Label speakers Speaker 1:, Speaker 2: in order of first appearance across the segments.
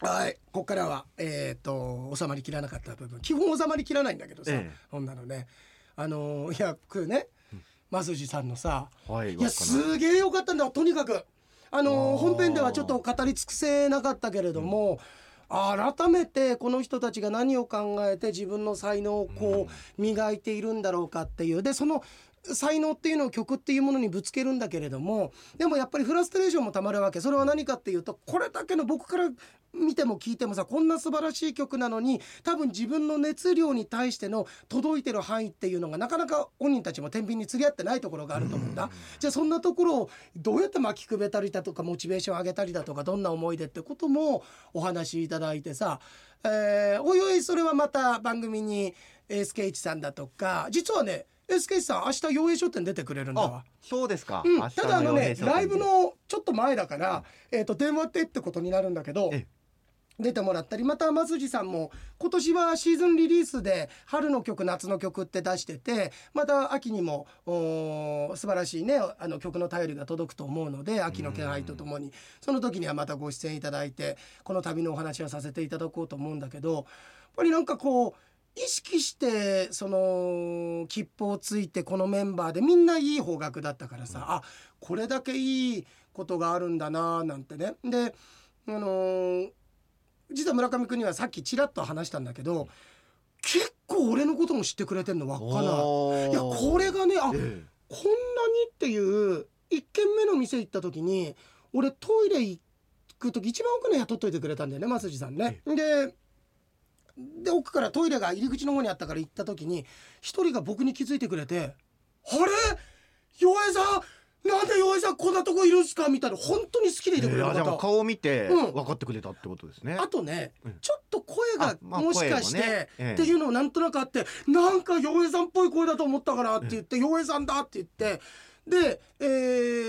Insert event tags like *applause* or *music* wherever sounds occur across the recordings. Speaker 1: はい、ここからは、えー、と収まりきらなかった部分基本収まりきらないんだけどさ、
Speaker 2: ええ
Speaker 1: そんなのねあのーいやくね増地さんのさ
Speaker 2: はい
Speaker 1: いやすげえよかったんだとにかくあのー
Speaker 2: あー
Speaker 1: 本編ではちょっと語り尽くせなかったけれども、改めてこの人たちが何を考えて自分の才能をこう磨いているんだろうかっていうでその才能っていうのを曲っていうものにぶつけるんだけれどもでもやっぱりフラストレーションもたまるわけそれは何かっていうとこれだけの僕から見ても聞いてもさこんな素晴らしい曲なのに多分自分の熱量に対しての届いてる範囲っていうのがなかなか本人たちも天秤に釣り合ってないところがあると思うんだ。じゃあそんなところをどうやって巻きくべたりだとかモチベーション上げたりだとかどんな思い出ってこともお話しいただいてさ、えーおいおいそれはまた番組に SK1 さんだとか実はね SK1 さん明日洋映書店出てくれるんだわ
Speaker 2: あ。そうですか、
Speaker 1: うん、
Speaker 2: 明日
Speaker 1: ただあの
Speaker 2: 予
Speaker 1: ね
Speaker 2: 定商品
Speaker 1: ライブのちょっと前だから、えー、と電話でってことになるんだけど
Speaker 2: ええ
Speaker 1: 出てもらったりまた松地さんも今年はシーズンリリースで春の曲夏の曲って出しててまた秋にもおー素晴らしいねあの曲の便りが届くと思うので秋の気配とともにその時にはまたご出演いただいてこの旅のお話をさせていただこうと思うんだけどやっぱりなんかこう意識してその切符をついてこのメンバーでみんないい方角だったからさ、あこれだけいいことがあるんだななんてね。であのー実は村上君にはさっきちらっと話したんだけど結構俺のことも知ってくれてんの輪っかな。
Speaker 2: おー
Speaker 1: いやこれがねあ、こんな
Speaker 2: え
Speaker 1: にっていう1軒目の店行った時に俺トイレ行く時一番奥の部屋取っといてくれたんだよね松地さんね。でで奥からトイレが入り口の方にあったから行った時に一人が僕に気づいてくれて「あれ洋平さんなんで洋平さんこんなとこいるんすか?」みたいな本当に好きでい
Speaker 2: え
Speaker 1: てくれる
Speaker 2: あじゃあもう
Speaker 1: 方。
Speaker 2: 顔を見て
Speaker 1: うん
Speaker 2: 分かってくれたってことですね、
Speaker 1: あとね
Speaker 2: うん
Speaker 1: ちょっと声が
Speaker 2: あまあ
Speaker 1: もしかして、
Speaker 2: 声もねええ
Speaker 1: っていうのをなんとなくあってなんか洋平さんっぽい声だと思ったからって言って洋平さんだって言ってで、え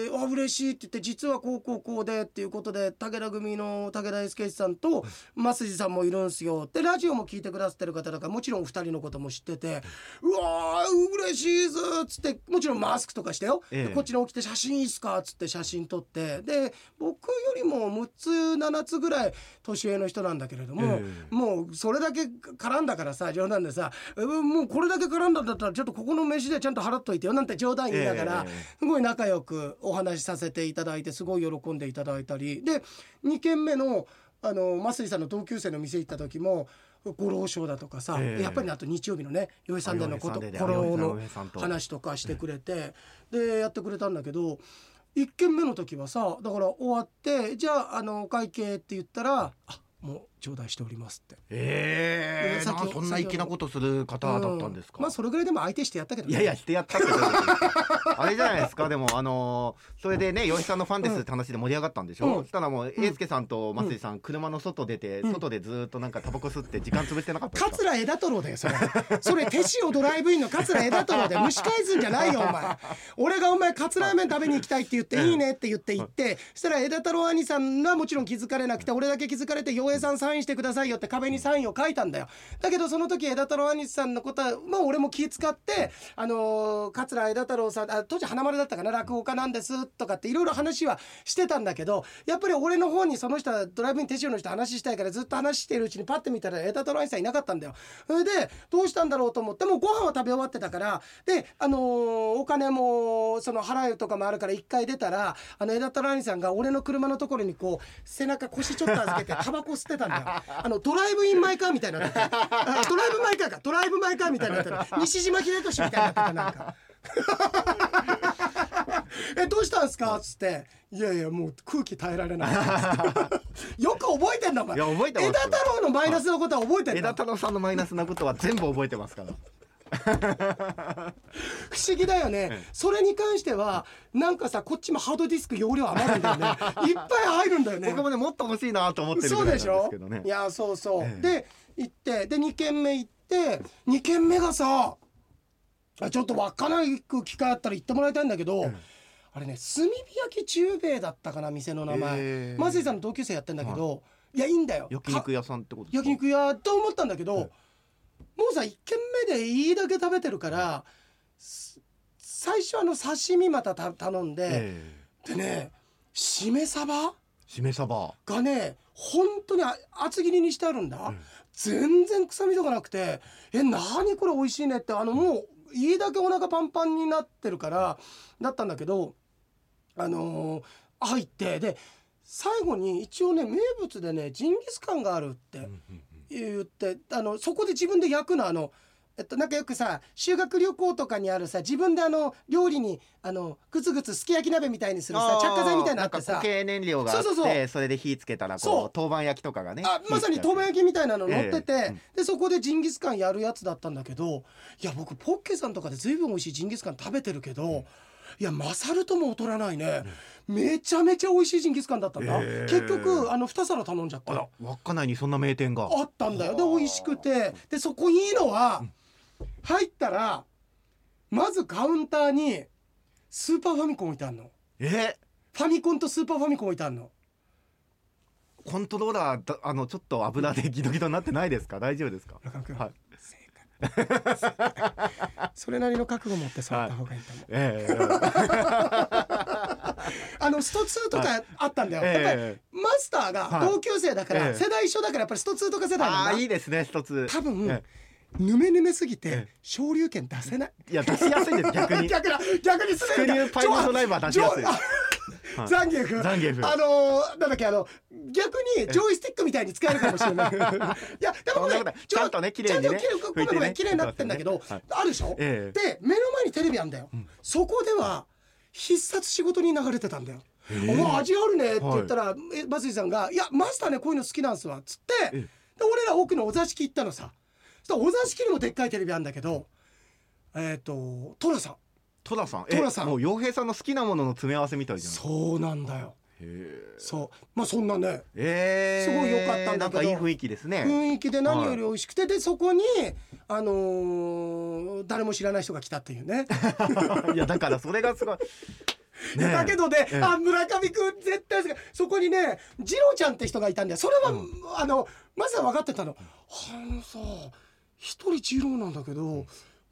Speaker 1: ー、あ嬉しいって言って実はこうこうこうでっていうことで武田組の武田 SK さんと増地さんもいるんすよでラジオも聞いてくださってる方だからもちろんお二人のことも知っててうわー嬉しいぞっつってもちろんマスクとかしてよ、
Speaker 2: ええ
Speaker 1: でこっちの起きて写真いいっすかっつって写真撮ってで僕よりも6つ7つぐらい年上の人なんだけれども、
Speaker 2: ええ
Speaker 1: もうそれだけ絡んだからさ冗談でさうんもうこれだけ絡んだんだったらちょっとここの飯でちゃんと払っといてよなんて冗談言いながら、
Speaker 2: ええ
Speaker 1: すごい仲良くお話しさせていただいてすごい喜んでいただいたりで2軒目のあの増井さんの同級生の店行った時もご老匠だとかさ、
Speaker 2: ええ
Speaker 1: やっぱりねあと日曜日のねよいさんでのこと
Speaker 2: あ洋平
Speaker 1: こ
Speaker 2: さんで
Speaker 1: の
Speaker 2: 洋平さんと
Speaker 1: 話とかしてくれて、でやってくれたんだけど1軒目の時はさだから終わってじゃああのお会計って言ったら「あもう頂戴しております」って。
Speaker 2: え
Speaker 1: え
Speaker 2: え
Speaker 1: さっき
Speaker 2: なんかそんな粋なことする方だったんですか、
Speaker 1: うまあそれぐらいでも相手してやったけど
Speaker 2: い
Speaker 1: ね、
Speaker 2: やいやしてやったけど *laughs* あれじゃないですかでもあのーそれでね吉さんのファンですって話で盛り上がったんでしょ、
Speaker 1: うん
Speaker 2: したらもう英介さんと松井さん、車の外出て、
Speaker 1: ん
Speaker 2: 外でずーっとなんかタバコ吸って時間潰してなかったですか
Speaker 1: 桂枝太郎だよそれそれ手塩ドライブインの桂枝太郎で蒸し返すんじゃないよお前俺がお前カツラーメン食べに行きたいって言っていいねって言って行ってそしたら枝太郎兄さんがもちろん気づかれなくて俺だけ気づかれて洋平さんサインしてくださいよって壁にサインを書いたんだよだけどその時枝太郎兄さんのことはまあ俺も気使ってあのー桂枝太郎さんあ当時花丸だったかな落語家なんですとかっていろいろ話はしてたんだけどやっぱり俺の方にその人はドライブイン手塩の人話したいからずっと話してるうちにパッて見たら枝太郎兄さんいなかったんだよそれでどうしたんだろうと思ってもうご飯は食べ終わってたからであのーお金もその払うとかもあるから一回出たらあの枝太郎兄さんが俺の車のところにこう背中腰ちょっと預けてタバコ吸ってたんだよあのドライブインマイカーみたいになっててあドライブマイカーかドライブマイカーみたいになってる西島秀俊みたいになってたなんか。えどうしたんですか?」っつって「いやいやもう空気耐えられない」
Speaker 2: *laughs*
Speaker 1: よく覚えてんだお前
Speaker 2: いや覚えてますよ
Speaker 1: 枝太郎のマイナスのことは覚えてん
Speaker 2: 枝
Speaker 1: だ
Speaker 2: 太郎さんのマイナスなことは全部覚えてますから
Speaker 1: 不思議だよね、それに関してはなんかさこっちもハードディスク容量余るんだよ
Speaker 2: *laughs*
Speaker 1: ねいっぱい入るんだよね
Speaker 2: 僕もねもっと欲しいなと思ってる
Speaker 1: そ
Speaker 2: ぐ
Speaker 1: う
Speaker 2: らい
Speaker 1: で
Speaker 2: な
Speaker 1: し
Speaker 2: んです
Speaker 1: ょ
Speaker 2: けどね
Speaker 1: いやそうそう、
Speaker 2: ええ
Speaker 1: で行ってで2軒目行って2軒目がさあちょっと稚内行く機会あったら行ってもらいたいんだけど、あれね炭火焼き中兵衛だったかな店の名
Speaker 2: へ
Speaker 1: 前
Speaker 2: え
Speaker 1: 松井さんの同級生やってんだけど、い、やいいんだよ
Speaker 2: 焼肉屋さんってことです
Speaker 1: 焼
Speaker 2: か
Speaker 1: 肉屋と思ったんだけど、
Speaker 2: はい
Speaker 1: もうさ1軒目でいいだけ食べてるから、す最初あの刺身またた頼んで、
Speaker 2: え
Speaker 1: でねしめ鯖
Speaker 2: えしめ鯖
Speaker 1: がね本当にあ厚切りにしてあるんだ、
Speaker 2: ん
Speaker 1: 全然臭みとかなくてえ何これ美味しいねってあのもう家だけお腹パンパンになってるからだったんだけどあのー入ってで最後に一応ね名物でねジンギスカンがあるって言ってあのそこで自分で焼くのあの。えっと、なんかよくさ修学旅行とかにあるさ自分であの料理にあのグツグツすき焼き鍋みたいにするさ着火剤みたいなのあってさ
Speaker 2: なんか固形燃料があって
Speaker 1: そう
Speaker 2: そ
Speaker 1: そうそう
Speaker 2: れで火つけたら
Speaker 1: そう
Speaker 2: こう豆板焼きとかがね
Speaker 1: あまさに透明焼きみたいなの乗ってて、
Speaker 2: ええうん
Speaker 1: でそこでジンギスカンやるやつだったんだけどいや僕ポッケさんとかで随分美味しいジンギスカン食べてるけど、いや勝るとも劣らないね、めちゃめちゃ美味しいジンギスカンだったんだ、
Speaker 2: ええ
Speaker 1: 結局あの2皿頼んじゃっ
Speaker 2: あら
Speaker 1: た
Speaker 2: 稚内にそんな名店が
Speaker 1: あったんだよで美味しくてでそこいいのは入ったらまずカウンターにスーパーファミコン置いてあるの
Speaker 2: え
Speaker 1: ファミコンとスーパーファミコン置いてあるの
Speaker 2: コントローラーだあのちょっと油でギドギドになってないですか大丈夫ですか
Speaker 1: 中野君
Speaker 2: はい
Speaker 1: 正解それなりの覚悟持って触った方がいいと思う、
Speaker 2: ええええ
Speaker 1: *laughs* あのスト2とかあったんだよ、
Speaker 2: はい
Speaker 1: やっぱ
Speaker 2: え
Speaker 1: りマスターが
Speaker 2: はい
Speaker 1: 同級生だから、
Speaker 2: ええ
Speaker 1: 世代一緒だからやっぱりスト2とか世代なんだ
Speaker 2: ああいいですね一つ
Speaker 1: 多分、
Speaker 2: え
Speaker 1: ぬめぬめすぎて、
Speaker 2: ええ
Speaker 1: 昇竜拳出せない
Speaker 2: いや出しやすいです逆に
Speaker 1: *laughs* 逆だ逆に
Speaker 2: ス
Speaker 1: す
Speaker 2: ク
Speaker 1: で
Speaker 2: リ
Speaker 1: に
Speaker 2: ューパイロットライバー出しやすい
Speaker 1: ジョ
Speaker 2: いはい
Speaker 1: ザンギエフ
Speaker 2: ザンギエフ
Speaker 1: あのーなんだっけあの逆にジョイスティックみたいに使えるかもしれない
Speaker 2: *laughs*
Speaker 1: いやでも
Speaker 2: そ
Speaker 1: ね
Speaker 2: んなことないちゃんとね綺麗にね
Speaker 1: ちゃんと綺麗ごめんごめん綺麗になってんだけど、
Speaker 2: 拭いてね
Speaker 1: あるでしょ、
Speaker 2: ええ
Speaker 1: で目の前にテレビあんだよ、そこでは必殺仕事に流れてたんだよ「お前味あるね」って言ったら、えバスイさんが「いやマスターねこういうの好きなんすわ」っつって、
Speaker 2: ええ
Speaker 1: で俺ら奥のお座敷行ったのさそしたらお座敷にもでっかいテレビあんだけどえっ、と寅さん
Speaker 2: トラさん
Speaker 1: トラさん
Speaker 2: えもう洋平さんの好きなものの詰め合わせみたいじゃん
Speaker 1: そうなんだよ
Speaker 2: へ
Speaker 1: そうまあそんなね
Speaker 2: ええ
Speaker 1: すごい良かったんだけど
Speaker 2: なんかいい雰囲気ですね
Speaker 1: 雰囲気で何より美味しくて、でそこにあのー誰も知らない人が来たっていうね
Speaker 2: *laughs* いやだからそれがすごいねえ
Speaker 1: *laughs* だけどね、
Speaker 2: ええ
Speaker 1: あ村上君絶対好きそこにね次郎ちゃんって人がいたんだよそれは、あのまずは分かってたの、あのさ一人次郎なんだけど、も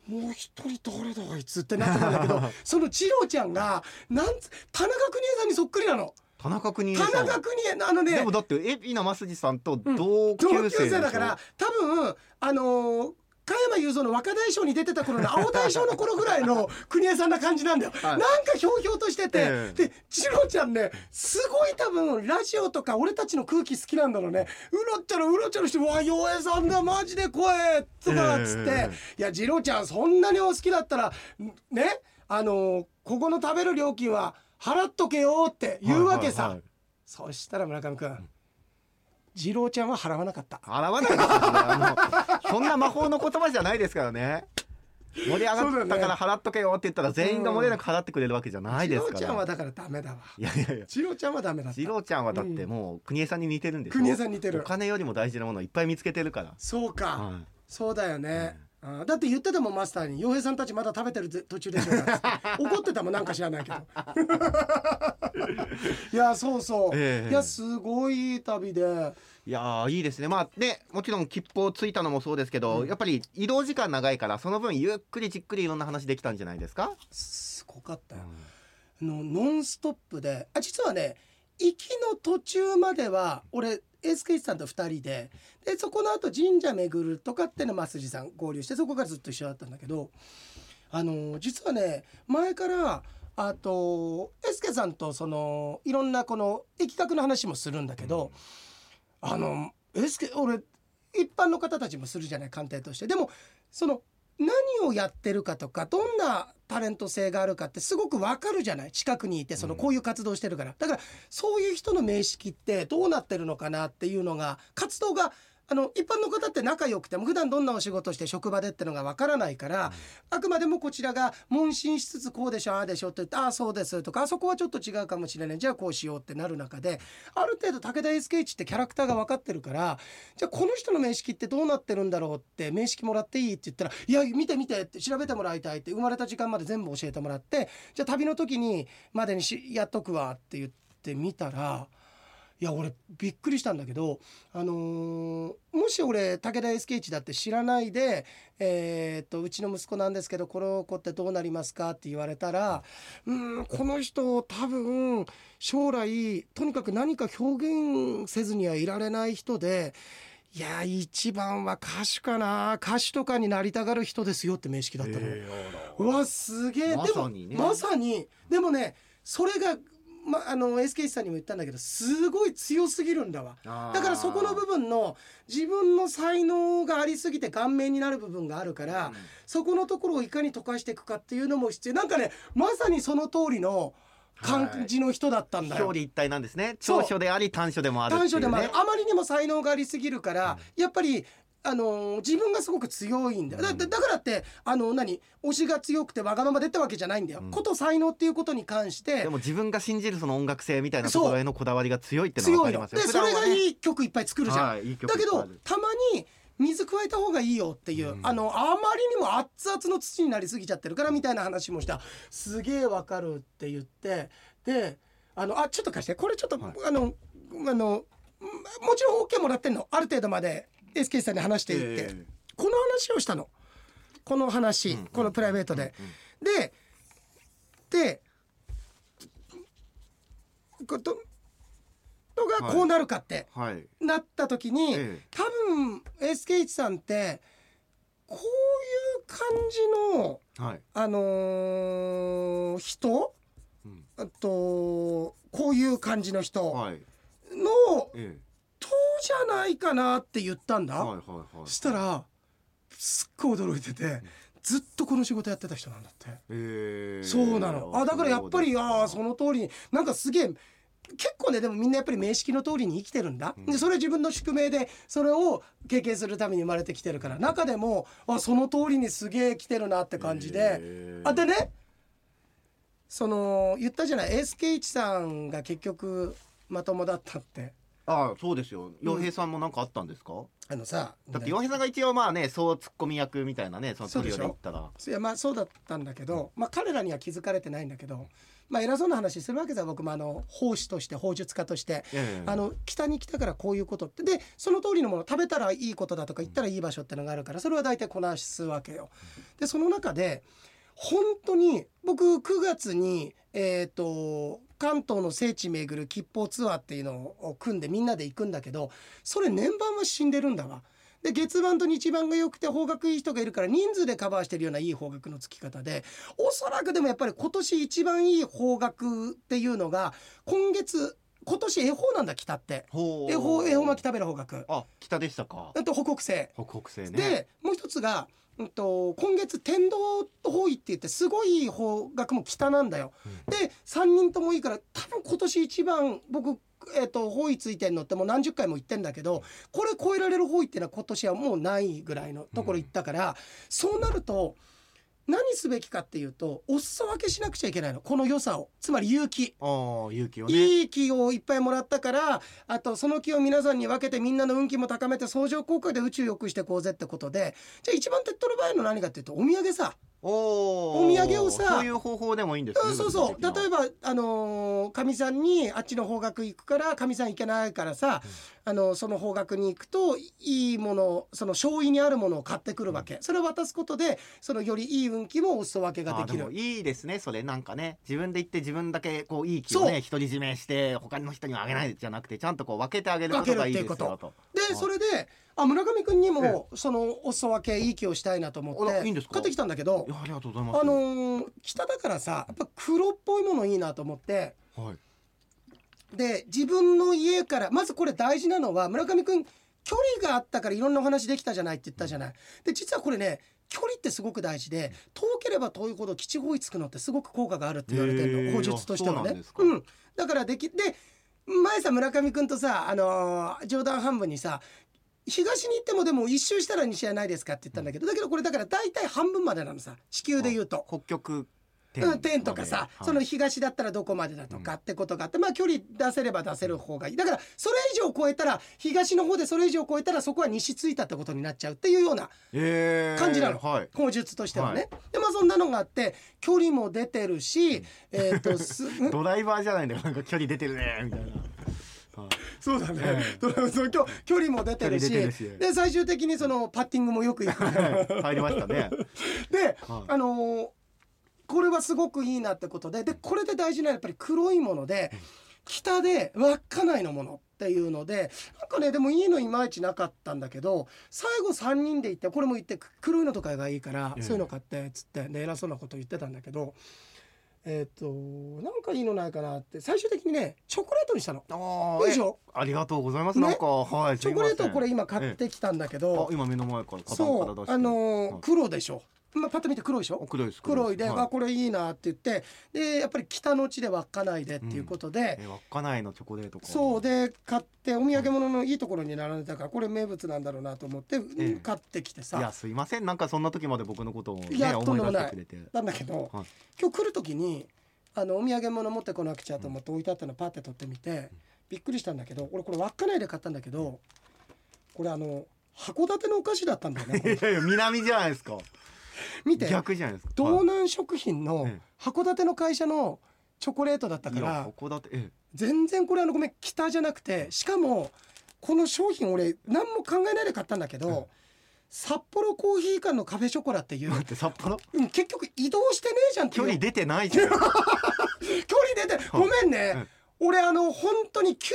Speaker 1: う一人誰だあいつってなってたんだけ
Speaker 2: *laughs*
Speaker 1: どその次郎ちゃんがなんつ田中邦衛さんにそっくりなの
Speaker 2: 田中邦衛
Speaker 1: 田
Speaker 2: さんは
Speaker 1: 中邦衛のあのね
Speaker 2: でもだって海老名真筋さんと同級生
Speaker 1: 同
Speaker 2: で
Speaker 1: 級
Speaker 2: しょ
Speaker 1: 生だから多分あのー加山雄三の若大将に出てた頃の青大将の頃ぐらいの国枝さんな感じなんだよ、
Speaker 2: はい
Speaker 1: なんかひょうひょうとしてて、
Speaker 2: ええ
Speaker 1: で次郎ちゃんねすごい多分ラジオとか俺たちの空気好きなんだろうねうろちょろうろちょろして「うわ洋平さんだマジで怖え」とかっつって、
Speaker 2: ええ
Speaker 1: いや次郎ちゃんそんなにお好きだったらねあのーここの食べる料金は払っとけよって言うわけさ、
Speaker 2: はいはいはい
Speaker 1: そしたら村上君次郎ちゃんは払わなかった
Speaker 2: 払わないですよそれあのそんな魔法の言葉じゃないですからね盛り上が
Speaker 1: そうだよ
Speaker 2: っ
Speaker 1: ね
Speaker 2: たから払っとけよって言ったら全員が漏れなく払ってくれるわけじゃない
Speaker 1: 次
Speaker 2: です
Speaker 1: 郎
Speaker 2: から
Speaker 1: ちゃんはだからダメだわ
Speaker 2: いやいやいや
Speaker 1: 次郎ちゃんはダメだった
Speaker 2: 次郎ちゃんはだってもう国枝さんに似てるんです
Speaker 1: 国枝さんに似てる
Speaker 2: お金よりも大事なものをいっぱい見つけてるから
Speaker 1: そうか、
Speaker 2: はい
Speaker 1: そうだよね、あーだって言ってたもんマスターに「洋平さんたちまだ食べてるぜ途中でし
Speaker 2: *laughs*
Speaker 1: ょうか」っつって怒ってたもんなんか知らないけどいやそうそう、
Speaker 2: ええ
Speaker 1: いやすごいいい旅で
Speaker 2: いやーいいですねまあねもちろん切符をついたのもそうですけど、やっぱり移動時間長いからその分ゆっくりじっくりいろんな話できたんじゃないですか、
Speaker 1: すごかったよ、のノンストップであ実はね行きの途中までは俺エースケイスさんと2人ででそこの後神社巡るとかってのは増さん合流してそこからずっと一緒だったんだけどあの実はね前からあとエースケさんとそのいろんなこの疫学の話もするんだけど、あのエースケ俺一般の方たちもするじゃない鑑定として。でもその何をやってるかとかどんなタレント性があるかってすごくわかるじゃない近くにいてそのこういう活動してるから、だからそういう人の名識ってどうなってるのかなっていうのが活動があの一般の方って仲良くても普段どんなお仕事して職場でってのがわからないから、あくまでもこちらが問診しつつこうでしょああでしょって言ってああそうですとかあそこはちょっと違うかもしれないじゃあこうしようってなる中である程度武田 SKH ってキャラクターが分かってるからじゃあこの人の面識ってどうなってるんだろうって面識もらっていいって言ったら「いや見て見て」って調べてもらいたいって生まれた時間まで全部教えてもらってじゃあ旅の時にまでにしやっとくわって言ってみたらいや俺びっくりしたんだけど、あのーもし俺武田 SK 地だって知らないで、えーっとうちの息子なんですけどこの子ってどうなりますかって言われたらうーんこの人多分将来とにかく何か表現せずにはいられない人で。いや一番は歌手かな歌手とかになりたがる人ですよって名式だったの、うわすげえ、
Speaker 2: ま
Speaker 1: で
Speaker 2: さ
Speaker 1: も
Speaker 2: にね
Speaker 1: まさにでもねそれが、ま、あの SK さんにも言ったんだけどすごい強すぎるんだわ
Speaker 2: あー
Speaker 1: だからそこの部分の自分の才能がありすぎて顔面になる部分があるから、
Speaker 2: うん
Speaker 1: そこのところをいかに溶かしていくかっていうのも必要なんかねまさにその通りの感じの人だったんだ
Speaker 2: 表
Speaker 1: よ。
Speaker 2: 裏一体なんですね
Speaker 1: そう
Speaker 2: 長所であり短所でもあるってい
Speaker 1: 短
Speaker 2: う、ね、
Speaker 1: 所でもあるあまりにも才能がありすぎるから、やっぱりあのー自分がすごく強いんだよだだだからってあの何推しが強くてわがままでってわけじゃないんだよ、
Speaker 2: うん
Speaker 1: こと才能っていうことに関して
Speaker 2: でも自分が信じるその音楽性みたいなところへのこだわりが強いっての
Speaker 1: 強
Speaker 2: は分か
Speaker 1: い
Speaker 2: り
Speaker 1: の
Speaker 2: ます
Speaker 1: で
Speaker 2: よ
Speaker 1: それが
Speaker 2: い
Speaker 1: いい曲いっぱい作るじゃん、
Speaker 2: はい、いい曲
Speaker 1: だけ
Speaker 2: いっ
Speaker 1: ど
Speaker 2: ぱいある
Speaker 1: たまに水加えた方がいいよっていう、
Speaker 2: うん
Speaker 1: あのあまりにも熱々の土になりすぎちゃってるからみたいな話もしたすげえわかるって言ってであのあちょっと貸してこれちょっと、
Speaker 2: はい
Speaker 1: あのあのまもちろん OK もらってんのある程度まで SK さんに話していって、
Speaker 2: え
Speaker 1: この話をしたのこの話、
Speaker 2: うん
Speaker 1: このプライベートで。
Speaker 2: うん
Speaker 1: ででこととがこうなるかって
Speaker 2: はい、え
Speaker 1: なった時に、
Speaker 2: え
Speaker 1: 多分 SK1 さんってこういう感じの、
Speaker 2: はい、
Speaker 1: あのー人
Speaker 2: うん
Speaker 1: あとこういう感じの人の、
Speaker 2: はい、ええ
Speaker 1: とじゃないかなって言ったんだ、
Speaker 2: はいはいはい。
Speaker 1: したらすっごい驚いててずっとこの仕事やってた人なんだって。
Speaker 2: えー、
Speaker 1: そうなの。あだからやっぱりああその通りになんかすげえ結構ねでもみんなやっぱり名式の通りに生きてるんだ、
Speaker 2: ん
Speaker 1: でそれ自分の宿命でそれを経験するために生まれてきてるから中でもあその通りにすげえ来てるなって感じで、
Speaker 2: えー
Speaker 1: あでねその言ったじゃない SK1 さんが結局まともだったって
Speaker 2: あそうですよ洋平さんもなんかあったんですか、
Speaker 1: あのさ
Speaker 2: だって洋平さんが一応まあねそうツッコミ役みたいなねその
Speaker 1: そう
Speaker 2: ト
Speaker 1: で
Speaker 2: リ
Speaker 1: しょ
Speaker 2: オで行ったら
Speaker 1: いやまあそうだったんだけど、まあ、彼らには気づかれてないんだけど、まあ、偉そうな話するわけさ僕もあの法師として法術家として
Speaker 2: ええ
Speaker 1: あの北に来たからこういうことってでその通りのもの食べたらいいことだとか行ったらいい場所ってのがあるからそれは大体こなすわけよ。でその中で本当に僕9月に、えー、と関東の聖地巡る吉報ツアーっていうのを組んでみんなで行くんだけどそれ年番は死んでるんだわ。で月番と日番が良くて方角いい人がいるから人数でカバーしてるようないい方角の付き方でおそらくでもやっぱり今年一番いい方角っていうのが今月今年恵方なんだ北って
Speaker 2: ほう
Speaker 1: 恵方恵方巻き食べる方角
Speaker 2: あ北でしたか
Speaker 1: あと北北西
Speaker 2: 北北西ね
Speaker 1: でもう一つが、うん、と今月天童方位って言ってすごいいい方角も北なんだよ。で3人ともいいから多分今年一番僕、えー、と方位ついてんのってもう何十回も言ってんだけどこれ超えられる方位っていうのは今年はもうないぐらいのところ行ったから、そうなると何すべきかっていうとお裾分けしなくちゃいけないのこの良さをつまり勇気。
Speaker 2: ああ勇気をね
Speaker 1: いい気をいっぱいもらったからあとその気を皆さんに分けてみんなの運気も高めて相乗効果で宇宙良くしてこうぜってことでじゃあ一番手っ取り早いの何かっていうとお土産さ、
Speaker 2: おー
Speaker 1: お土産をさ
Speaker 2: そういう方法でもいいんです
Speaker 1: う
Speaker 2: ね
Speaker 1: んそうそう例え
Speaker 2: ば
Speaker 1: ばあのーかみさんにあっちの方角行くからかみさん行けないからさ、あのーその方角に行くといいものその勝位にあるものを買ってくるわけ、それを渡すことでそのよりいい運気もお裾分けができる
Speaker 2: いいですねそれなんかね自分で行って自分だけこういい気を
Speaker 1: そう
Speaker 2: ね独り占めして他の人にはあげないじゃなくてちゃんとこう分けてあげるこ
Speaker 1: 分け
Speaker 2: と
Speaker 1: るっ
Speaker 2: が
Speaker 1: て
Speaker 2: い
Speaker 1: い
Speaker 2: いで
Speaker 1: う
Speaker 2: す
Speaker 1: こと
Speaker 2: よと
Speaker 1: でそれであ村上君にもそのお裾分けいい気をしたいなと思っ
Speaker 2: あら
Speaker 1: て
Speaker 2: いいんですか
Speaker 1: 買ってきたんだけど
Speaker 2: いやありがとうございます
Speaker 1: あのー北だからさやっぱ黒っぽいものいいなと思って
Speaker 2: はい
Speaker 1: で自分の家からまずこれ大事なのは村上くん距離があったからいろんなお話できたじゃないって言ったじゃない。で実はこれね距離ってすごく大事で遠ければ遠いほど基地方位つくのってすごく効果があるって言われてるの
Speaker 2: へー
Speaker 1: 法術としては
Speaker 2: そうなん
Speaker 1: ね
Speaker 2: です。か
Speaker 1: うん、だからできで前さ村上くんとさ、あのー冗談半分にさ東に行ってもでも一周したら西じゃないですかって言ったんだけどだけどこれだから大体半分までなのさ地球で言うと。
Speaker 2: 北極
Speaker 1: うん、点とかさ、
Speaker 2: はい
Speaker 1: その東だったらどこまでだとかってことがあって、まあ距離出せれば出せる方がいいだからそれ以上超えたら東の方でそれ以上超えたらそこは西着いたってことになっちゃうっていうような
Speaker 2: えー
Speaker 1: 感じなの
Speaker 2: はい
Speaker 1: 法術としてはね。でまあそんなのがあって距離も出てるし、えっとすん
Speaker 2: ドライバーじゃないんだよなんか距離出てるねみたいな
Speaker 1: そうだね、
Speaker 3: え
Speaker 1: *laughs* そう距距離も出てるし
Speaker 3: 距離出てるし
Speaker 1: で最終的にそのパッティングもよくいく
Speaker 3: はい入りましたね。
Speaker 1: で、
Speaker 3: はい
Speaker 1: あのーこれはすごくいいなってことででこれで大事なのはやっぱり黒いもので北で稚内のものっていうのでなんかねでもいいのいまいちなかったんだけど最後3人で行ってこれも言ってく黒いのとかがいいから、
Speaker 3: ええ
Speaker 1: そういうの買ってっつってで偉そうなこと言ってたんだけど。えっ、となんかいいのないかなって最終的にねチョコレートにしたの。
Speaker 3: あ
Speaker 1: 以上
Speaker 2: ありがとうございます。
Speaker 1: ね
Speaker 2: なんか、はい。
Speaker 1: チョコレート
Speaker 2: すいません
Speaker 1: これ。今買ってきたんだけ
Speaker 2: あ
Speaker 1: ど、
Speaker 2: 今目の前から。カバンか
Speaker 1: そ
Speaker 2: ら出し
Speaker 1: う
Speaker 2: て。
Speaker 1: あのー
Speaker 2: はい
Speaker 1: 黒でしょ、まあ、パッと見て黒いでしょ
Speaker 2: お黒いです。
Speaker 1: 黒いで、
Speaker 2: は
Speaker 1: あこれいいなって言ってでやっぱり北の地で稚内でっていうことで、
Speaker 2: え稚内のチョコレートか。
Speaker 1: そうで買ってお土産物のいいところに並んでたからこれ名物なんだろうなと思って、
Speaker 2: ええ
Speaker 1: 買ってきて
Speaker 2: いや
Speaker 1: さ
Speaker 2: すいませんなんかそんな時まで僕のことを
Speaker 1: い
Speaker 2: ね
Speaker 1: やと
Speaker 2: 思
Speaker 1: ん
Speaker 2: い
Speaker 1: でも
Speaker 2: 出し
Speaker 1: ない
Speaker 2: てくれて
Speaker 1: なんだけど、
Speaker 2: はい
Speaker 1: 今日来る時にあのお土産物持ってこなくちゃと思って置いてあったのパッて取ってみて、びっくりしたんだけど俺これ稚内で買ったんだけどこれあの函館のお菓子だったんだよねこれ
Speaker 2: いやいや南じゃないですか
Speaker 1: 見て
Speaker 2: 逆じゃないですか
Speaker 1: 道
Speaker 2: っ
Speaker 1: 南食品の
Speaker 2: ええ
Speaker 1: 函館の会社のチョコレートだったか
Speaker 2: い
Speaker 1: ら
Speaker 2: や。函館え
Speaker 1: 全然これあのごめん北じゃなくてしかもこの商品俺何も考えないで買ったんだけど、
Speaker 2: うん
Speaker 1: 札幌コーヒー館のカフェショコラっていう
Speaker 2: え待って札幌
Speaker 1: うん結局移動してねえじゃんってい
Speaker 2: 距
Speaker 1: う
Speaker 2: 離出てないじゃん
Speaker 1: 距離出てごめんね、俺あの本当に9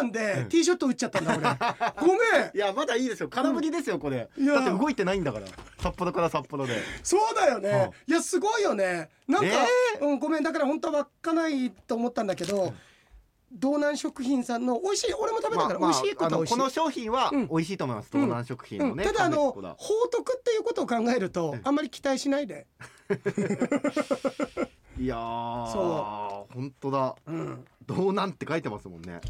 Speaker 1: 番アイアン
Speaker 2: う
Speaker 1: で
Speaker 2: ん
Speaker 1: T ショット打っちゃったんだ
Speaker 2: *laughs*
Speaker 1: 俺ごめん
Speaker 2: いやまだいいですよ空振りですよこれ、
Speaker 1: いや
Speaker 2: だって動いてないんだから札幌から札幌で
Speaker 1: そうだよね、
Speaker 2: はい
Speaker 1: いやすごいよねなんか、
Speaker 2: え
Speaker 1: うん、ごめんだから本当は稚内と思ったんだけど、道南食品さんの美味しい俺も食べたから美味しいこ
Speaker 2: あ
Speaker 1: とは美味し
Speaker 2: の
Speaker 1: い
Speaker 2: この商品は
Speaker 1: うん
Speaker 2: 美味しいと思います、
Speaker 1: うん
Speaker 2: 東南食品のね、
Speaker 1: うんただあの
Speaker 2: カフェチョコ
Speaker 1: 報徳っていうことを考えると
Speaker 2: うん
Speaker 1: あんまり期待しないで、
Speaker 2: いやー
Speaker 1: そう
Speaker 2: 本当だ
Speaker 1: うん、
Speaker 2: 道南って書いてますもんね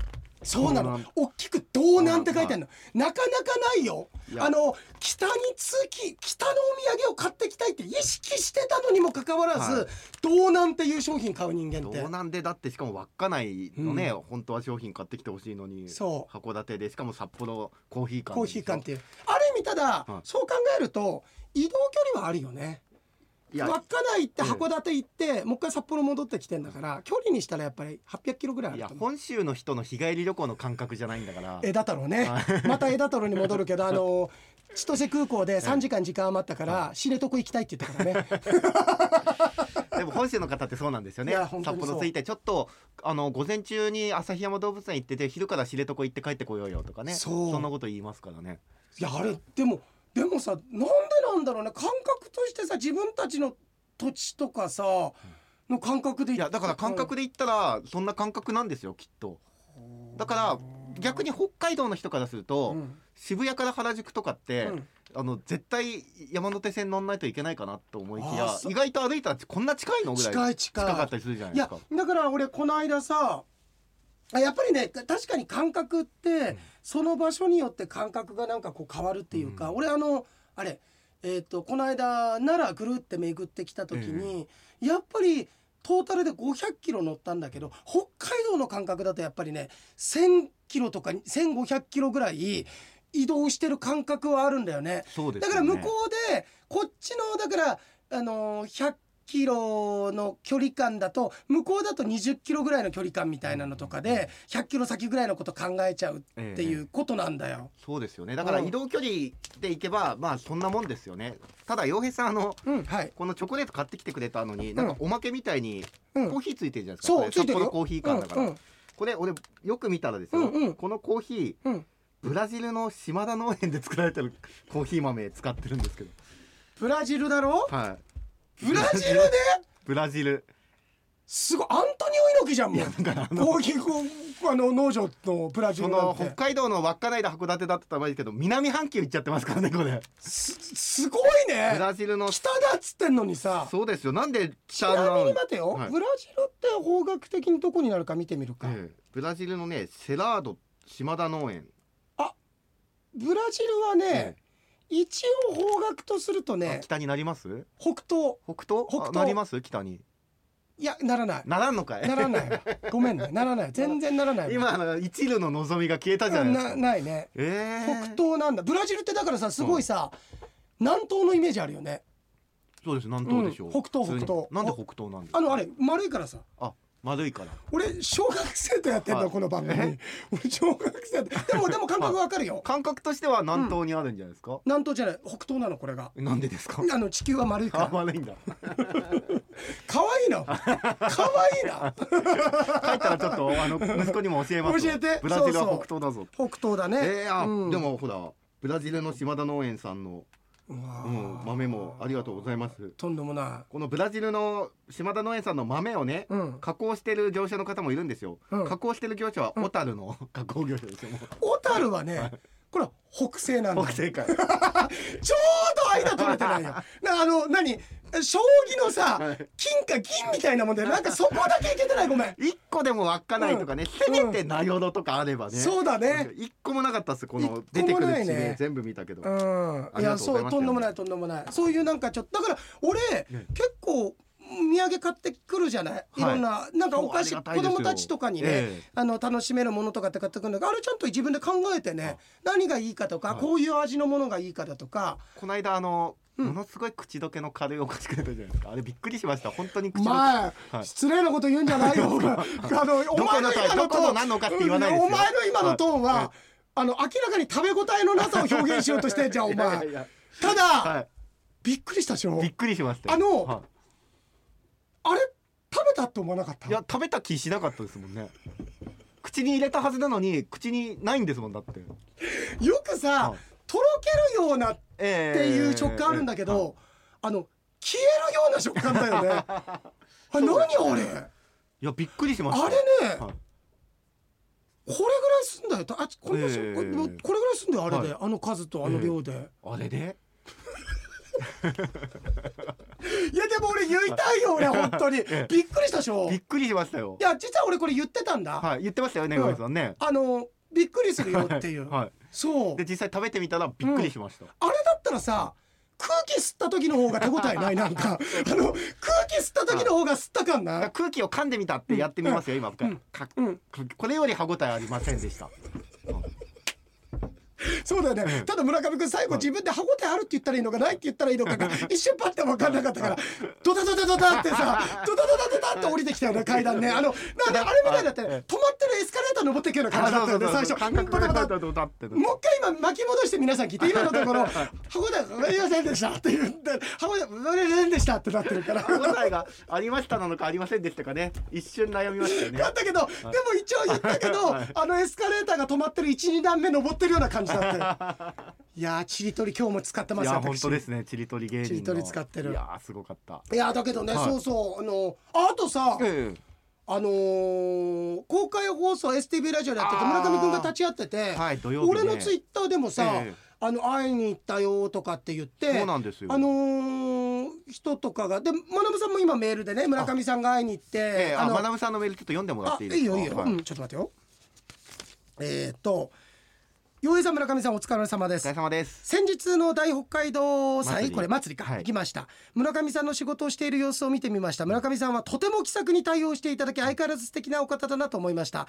Speaker 1: そうなの
Speaker 2: 道南
Speaker 1: 大きく「道南」って書いてあるのなかなかないよ
Speaker 2: いや
Speaker 1: あの北に通き北のお土産を買ってきたいって意識してたのにもかかわらず、
Speaker 2: はい
Speaker 1: 道南っていう商品買う人間
Speaker 2: 道
Speaker 1: って
Speaker 2: 南でだってしかも稚内のね、本当は商品買ってきてほしいのに
Speaker 1: そう
Speaker 2: 函館でしかも札幌コーヒー館
Speaker 1: コーヒー館っていうある意味ただ、
Speaker 2: はい
Speaker 1: そう考えると移動距離はあるよね
Speaker 2: いや
Speaker 1: 稚内行って
Speaker 2: ええ
Speaker 1: 函館行って、もう一回札幌戻ってきてんだから距離にしたらやっぱり800キロぐらいあ
Speaker 2: い
Speaker 1: る
Speaker 2: や
Speaker 1: と思う
Speaker 2: 本州の人の日帰り旅行の感覚じゃないんだから
Speaker 1: 枝太郎ねまた枝太郎に戻るけ
Speaker 2: *laughs*
Speaker 1: どあの千歳空港で3時間時間余ったから知床行きたいって言ったからね
Speaker 2: *laughs* でも本州の方ってそうなんですよね
Speaker 1: いや本当
Speaker 2: 札
Speaker 1: にそう
Speaker 2: 幌着いてちょっとあの午前中に旭山動物園行ってて昼から知床行って帰ってこようよとかね
Speaker 1: そうん
Speaker 2: なこと言いますからね
Speaker 1: いやあれでもでもさなんでなんだろうね感覚としてさ自分たちの土地とかさの感覚でい
Speaker 2: いやだから感覚で言ったらそんな感覚なんですよきっとだから逆に北海道の人からすると、
Speaker 1: うん
Speaker 2: 渋谷から原宿とかって、
Speaker 1: うん
Speaker 2: あの絶対山手線乗んないといけないかなと思いき
Speaker 1: あ
Speaker 2: や
Speaker 1: そう
Speaker 2: 意外と歩いたらこんな近いのぐらい
Speaker 1: 近い近い
Speaker 2: かったりするじゃない
Speaker 1: い
Speaker 2: で
Speaker 1: や
Speaker 2: すか。
Speaker 1: だから俺この間さあやっぱりねた確かに感覚って、その場所によって感覚がなんかこう変わるっていうか、
Speaker 2: うん
Speaker 1: 俺あのあれえっ、とこの間奈良ぐるって巡ってきた時に、やっぱりトータルで500キロ乗ったんだけど北海道の感覚だとやっぱりね1,000キロとか1,500キロぐらい移動してる感覚はあるんだよね。
Speaker 2: そうです
Speaker 1: だか
Speaker 2: よね
Speaker 1: ら向こうでこっちのだからあのー100キロの距離感だと向こうだと20キロぐらいの距離感みたいなのとかで100キロ先ぐらいのこと考えちゃうっていうことなんだよ。
Speaker 2: そうですよねだから移動距離で行けばまあそんなもんですよねただ洋平さんあの
Speaker 1: うんはい。
Speaker 2: このチョコレート買ってきてくれたのになんかおまけみたいに
Speaker 1: う
Speaker 2: コ
Speaker 1: ん
Speaker 2: ーヒーついてるじゃないですか、
Speaker 1: そ
Speaker 2: こ
Speaker 1: う
Speaker 2: れ
Speaker 1: ついて
Speaker 2: 札
Speaker 1: る
Speaker 2: 幌
Speaker 1: よ。
Speaker 2: コーヒー缶だから、
Speaker 1: うんうん
Speaker 2: これ俺よく見たらですよ、
Speaker 1: うんうん
Speaker 2: このコーヒー
Speaker 1: うん
Speaker 2: ブラジルの島田農園で作られてる *laughs* コーヒー豆使ってるんですけど
Speaker 1: ブラジルだろ？
Speaker 2: はい
Speaker 1: ブラジルで？
Speaker 2: ブラジル
Speaker 1: すごいアントニオ猪木じゃんもう。
Speaker 2: だからあの
Speaker 1: コーヒーこうあの農場のブラジ
Speaker 2: そ
Speaker 1: ルなん
Speaker 2: の北
Speaker 1: て
Speaker 2: 海道の稚内で函館だったらまあいいけど南半球行っちゃってますからねこれ
Speaker 1: すすごい
Speaker 2: ブ
Speaker 1: ね。
Speaker 2: ラジルの
Speaker 1: 北だっつってんのにさ。
Speaker 2: そうですよなんで
Speaker 1: ち
Speaker 2: 北の
Speaker 1: なみに待てよ、
Speaker 2: はい
Speaker 1: ブラジルって方角的にどこになるか見てみるか、
Speaker 2: ええブラジルのねセラード島田農園、
Speaker 1: ブラジルはね
Speaker 2: え、
Speaker 1: 一応方角とすると
Speaker 2: え
Speaker 1: ね
Speaker 2: あ北になります
Speaker 1: 北東
Speaker 2: 北東
Speaker 1: 北
Speaker 2: あ
Speaker 1: 東
Speaker 2: なります北に
Speaker 1: いやならない
Speaker 2: ならんのかい
Speaker 1: ならないわごめん
Speaker 2: *laughs*
Speaker 1: ねならない全然ならないわ
Speaker 2: 今あの一縷の望みが消えたじゃ
Speaker 1: う
Speaker 2: なんいです
Speaker 1: な
Speaker 2: か
Speaker 1: ないね
Speaker 2: ええ
Speaker 1: 北東なんだブラジルってだからさすごいさ、南東のイメージあるよね
Speaker 2: そうです南東でしょう、
Speaker 1: うん北東
Speaker 2: 普通に
Speaker 1: 北東
Speaker 2: なんで北東なんですか
Speaker 1: あのあれ丸いからさ
Speaker 2: あ丸いから
Speaker 1: 俺小学生とやってんだ
Speaker 2: は
Speaker 1: よ
Speaker 2: い
Speaker 1: この番組俺小学生とでもでも感覚わかるよ
Speaker 2: 感覚としては南東にあるんじゃないですか、
Speaker 1: 南東じゃない北東なのこれが
Speaker 2: なんでですか
Speaker 1: あの地球は丸いか
Speaker 2: あ
Speaker 1: ら
Speaker 2: 丸いんだ
Speaker 1: 可愛いな可愛いな
Speaker 2: 帰ったらちょっ *laughs* とあの息子にも教えますわ
Speaker 1: 教えて
Speaker 2: ブラジルは
Speaker 1: そうそう
Speaker 2: 北東だぞ
Speaker 1: 北東だね
Speaker 2: えーあ
Speaker 1: うん
Speaker 2: でもほらブラジルの島田農園さんの、
Speaker 1: うわ
Speaker 2: う
Speaker 1: ー
Speaker 2: ん、豆もありがとうございます
Speaker 1: とんでもない
Speaker 2: このブラジルの島田農園さんの豆をね、
Speaker 1: うん
Speaker 2: 加工してる業者の方もいるんですよ、
Speaker 1: うん
Speaker 2: 加工してる業者は小樽の *laughs* 加工業者ですよもう
Speaker 1: 小樽はねこれは北西なんだ
Speaker 2: 北西海
Speaker 1: ちょうど間取れて *laughs* ないよ。なあの何将棋のさ
Speaker 2: はい
Speaker 1: 金か銀みたいなもんでなんかそこだけいけてないごめん。
Speaker 2: 一個でも湧かないとかね、せめて名寄のとかあればね、
Speaker 1: そうだね。
Speaker 2: 一個もなかったっすこ
Speaker 1: 一個も
Speaker 2: の出てくる
Speaker 1: ない
Speaker 2: 地名、
Speaker 1: ね
Speaker 2: 全部見たけど、
Speaker 1: うん
Speaker 2: あ。
Speaker 1: い
Speaker 2: り
Speaker 1: や
Speaker 2: がとう
Speaker 1: そ
Speaker 2: ございうます
Speaker 1: とんでもないとんでもない。そういうなんかちょっとだから俺
Speaker 2: ね
Speaker 1: 結構。土産買ってくるじゃない、い、ろんななんかお菓子
Speaker 2: そうあ
Speaker 1: 子
Speaker 2: りがたいですよ
Speaker 1: 供たちとかにね、
Speaker 2: ええ
Speaker 1: あの楽しめるものとかって買ってくるんだけどあれちゃんと自分で考えてね何がいいかとか、
Speaker 2: はい
Speaker 1: こういう味のものがいいかだとか
Speaker 2: この間あの、
Speaker 1: うん
Speaker 2: ものすごい口どけの軽いお菓子くれたじゃないですかあれびっくりしました本当に口どけ、
Speaker 1: まあ、
Speaker 2: はい
Speaker 1: 失礼なこと言うんじゃ
Speaker 2: *laughs*
Speaker 1: ないよ。お前あの、お前の今のト
Speaker 2: どこ
Speaker 1: ー
Speaker 2: の
Speaker 1: ン、
Speaker 2: 何のかって言わないですよ
Speaker 1: お前の今のトーンは、
Speaker 2: はい
Speaker 1: あの、明らかに食べ応えのなさを表現しようとしてんじゃん、お
Speaker 2: いやいや
Speaker 1: 前
Speaker 2: い。や
Speaker 1: ただ、
Speaker 2: はい
Speaker 1: びっくりしたでしょ
Speaker 2: びっくりしましたよ
Speaker 1: あの
Speaker 2: は
Speaker 1: あれ、食べたって思わなかった。
Speaker 2: い、いや食べた気しなかったですもんね口に入れたはずなのに口にないんですもんだって
Speaker 1: よくさ、
Speaker 2: はい
Speaker 1: とろけるようなって
Speaker 2: え
Speaker 1: いう食感あるんだけど、あの、消えるような食感だよね。
Speaker 2: *laughs*
Speaker 1: あれ、何あれ。
Speaker 2: いやびっくりしました
Speaker 1: あれね、
Speaker 2: はい
Speaker 1: これぐらいすんだよ。あ、これぐらいすん、
Speaker 2: ええ
Speaker 1: これこれぐらいすんだよ、あれで、
Speaker 2: は
Speaker 1: あの数とあの量で。
Speaker 2: あれで
Speaker 1: いやでも俺言いたいよ
Speaker 2: *laughs*
Speaker 1: 俺本当にびっ
Speaker 2: ええ
Speaker 1: くりしたでしょ
Speaker 2: び
Speaker 1: い
Speaker 2: っくりしましたよ
Speaker 1: や実は俺これ言ってたんだ、
Speaker 2: はい言ってましたよね
Speaker 1: うん
Speaker 2: 上井さんね
Speaker 1: あのびっくりするよっていう、
Speaker 2: は
Speaker 1: そう
Speaker 2: いで実際食べてみたらびっくりしました
Speaker 1: あれだったらさ空気吸った時の方が手応えないなん
Speaker 2: *laughs*
Speaker 1: かあの空気吸った時の方が吸った感
Speaker 2: だから
Speaker 1: な
Speaker 2: 空気を噛んでみたってやってみますよ今か
Speaker 1: うん
Speaker 2: これより歯ごたえありませんでした
Speaker 1: そうだよね、ただ村上君最後自分で歯応えあるって言ったらいいのかないって言ったらいいのかが一瞬パッて分かんなかったからドタドタドタってさドタドタドタって降りてきたよね階段ねあのなんであれみたいだって止まってるエスカレーター登っていくような感じだったよね最初
Speaker 2: 感覚
Speaker 1: バタバタ
Speaker 2: どうだって
Speaker 1: もう一回今巻き戻して皆さん聞いて今のところ「箱田ごめんなさいでした」って言って「箱田ごめんなさいでした」ってなってるから。
Speaker 2: 歯ごたえがありましたなのかありませんでしたかね一瞬悩みましたよね
Speaker 1: だったけど、でも一応言ったけど、あのエスカレーターが止まってる1、2段目登ってるような感じだった *laughs* よ。いやー、ちりとり今日も使ってま
Speaker 2: い
Speaker 1: すよ
Speaker 2: や
Speaker 1: 私
Speaker 2: 本当ですねちりとり芸人の
Speaker 1: ちりとり使ってる
Speaker 2: いやーすごかった
Speaker 1: いやーだけどね、
Speaker 2: はい
Speaker 1: そうそう、あのああとさ、
Speaker 2: え
Speaker 1: あのー公開放送 STV ラジオでやってて
Speaker 2: あ
Speaker 1: 村
Speaker 2: ー
Speaker 1: 上君が立ち会ってて、
Speaker 2: はい土曜日ね
Speaker 1: 俺のツイッターでもさ、
Speaker 2: ええ
Speaker 1: あの会いに行ったよとかって言って
Speaker 2: そうなんですよ
Speaker 1: あのー人とかがで学さんも今メールでね村上さんが会いに行って、
Speaker 2: えあ
Speaker 1: の
Speaker 2: まなぶさんのメールちょっと読んでもらっ
Speaker 1: あ
Speaker 2: て
Speaker 1: い
Speaker 2: い
Speaker 1: い
Speaker 2: いですか
Speaker 1: よいいよ、
Speaker 2: は
Speaker 1: うんちょっと待ってよえー、っと洋平さん村上さんお疲れ様で
Speaker 2: お
Speaker 1: す
Speaker 2: 疲れ様です
Speaker 1: 先日の大北海道
Speaker 2: 祭
Speaker 1: 祭
Speaker 2: り
Speaker 1: これ祭りか、
Speaker 2: はい
Speaker 1: 行きました村上さんの仕事をしている様子を見てみました村上さんはとても気さくに対応していただき相変わらず素敵なお方だなと思いました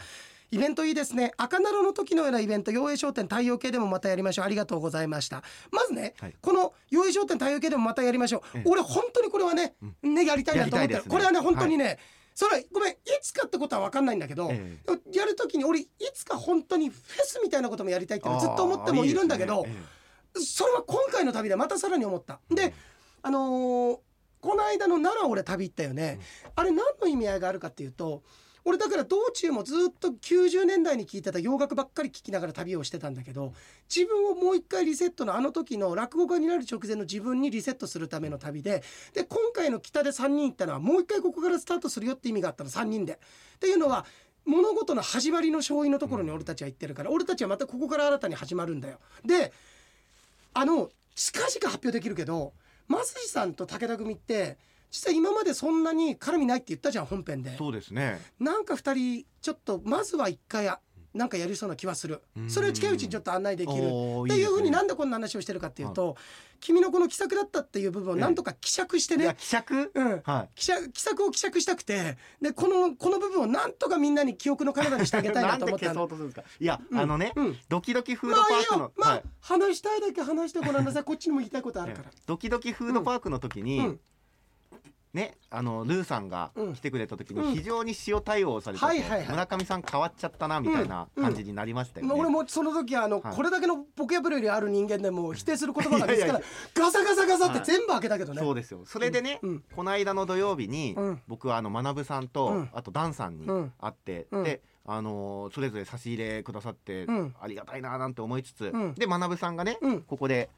Speaker 1: イベントいいですね赤なろの時のようなイベント陽影商店太陽系でもまたやりましょうありがとうございましたまずね、
Speaker 2: はい
Speaker 1: この陽影商店太陽系でもまたやりましょう、
Speaker 2: ええ
Speaker 1: 俺本当にこれはね、ねやりたいなと思ってる、
Speaker 2: やりたいですね
Speaker 1: これはね本当にね、それはごめんいつかってことは分かんないんだけど、
Speaker 2: え
Speaker 1: やる時に俺いつか本当にフェスみたいなこともやりたいっていうのずっと思ってもいるんだけど
Speaker 2: あーいいですね
Speaker 1: それは今回の旅でまたさらに思った。で、あのーこの間の奈良俺旅行ったよね、あれ何の意味合いがあるかっていうと俺だから道中もずっと90年代に聴いてた洋楽ばっかり聴きながら旅をしてたんだけど自分をもう一回リセットのあの時の落語家になる直前の自分にリセットするための旅でで今回の北で3人行ったのはもう一回ここからスタートするよって意味があったの3人で。っていうのは物事の始まりの勝因のところに俺たちは行ってるから俺たちはまたここから新たに始まるんだよ。であの近々発表できるけど増井さんと武田組って実は今までそんなに絡みないって言ったじゃん本編で
Speaker 2: ええそうですね
Speaker 1: なんか2人ちょっとまずは1回あなんかやりそうな気はする
Speaker 2: うん
Speaker 1: それを近いうちにちょっと案内できる
Speaker 2: おー
Speaker 1: っていうふう
Speaker 2: いいですね
Speaker 1: になんでこんな話をしてるかっていうと君のこの気さくだったっていう部分をなんとか希釈して
Speaker 2: いや
Speaker 1: ね
Speaker 2: 希釈
Speaker 1: うん
Speaker 2: はい
Speaker 1: 希釈希釈を希釈したくてでこのこの部分をなんとかみんなに記憶の彼方にしてあげたいなと思っ
Speaker 2: *laughs* な
Speaker 1: た
Speaker 2: んで消そうとするんですかいや、あのね、
Speaker 1: うん
Speaker 2: ドキドキフー
Speaker 1: ま
Speaker 2: ド
Speaker 1: あ
Speaker 2: パ
Speaker 1: い
Speaker 2: ーク
Speaker 1: い
Speaker 2: の
Speaker 1: よ、まあ、
Speaker 2: はい
Speaker 1: 話したいだけ話してごらんなさいこっちにも言いたいことある
Speaker 2: え
Speaker 1: から
Speaker 2: え。ドキドキフードパークの時に、
Speaker 1: うん
Speaker 2: ね、あのルーさんが
Speaker 1: うん
Speaker 2: 来てくれた時
Speaker 1: うん
Speaker 2: に非常に塩対応されて
Speaker 1: はいはいはい
Speaker 2: 村上さん変わっちゃったなみたいな感じになりましたよね。
Speaker 1: 俺もその時あの、
Speaker 2: はい
Speaker 1: これだけのボキャブラリーある人間でもう否定する言葉が見つから
Speaker 2: いやいやいや
Speaker 1: ガサガサガサって
Speaker 2: はい
Speaker 1: 全部開けたけどね、
Speaker 2: そうですよそれでね、
Speaker 1: うんうん
Speaker 2: この間の土曜日に、
Speaker 1: うん
Speaker 2: 僕はあの学さんと、
Speaker 1: うん
Speaker 2: あとダンさんに
Speaker 1: うん
Speaker 2: 会って、
Speaker 1: うん
Speaker 2: で、あのーそれぞれ差し入れくださって、
Speaker 1: うん
Speaker 2: ありがたいなーなんて思いつつ、
Speaker 1: うん
Speaker 2: で学さんがね、
Speaker 1: うん
Speaker 2: ここで、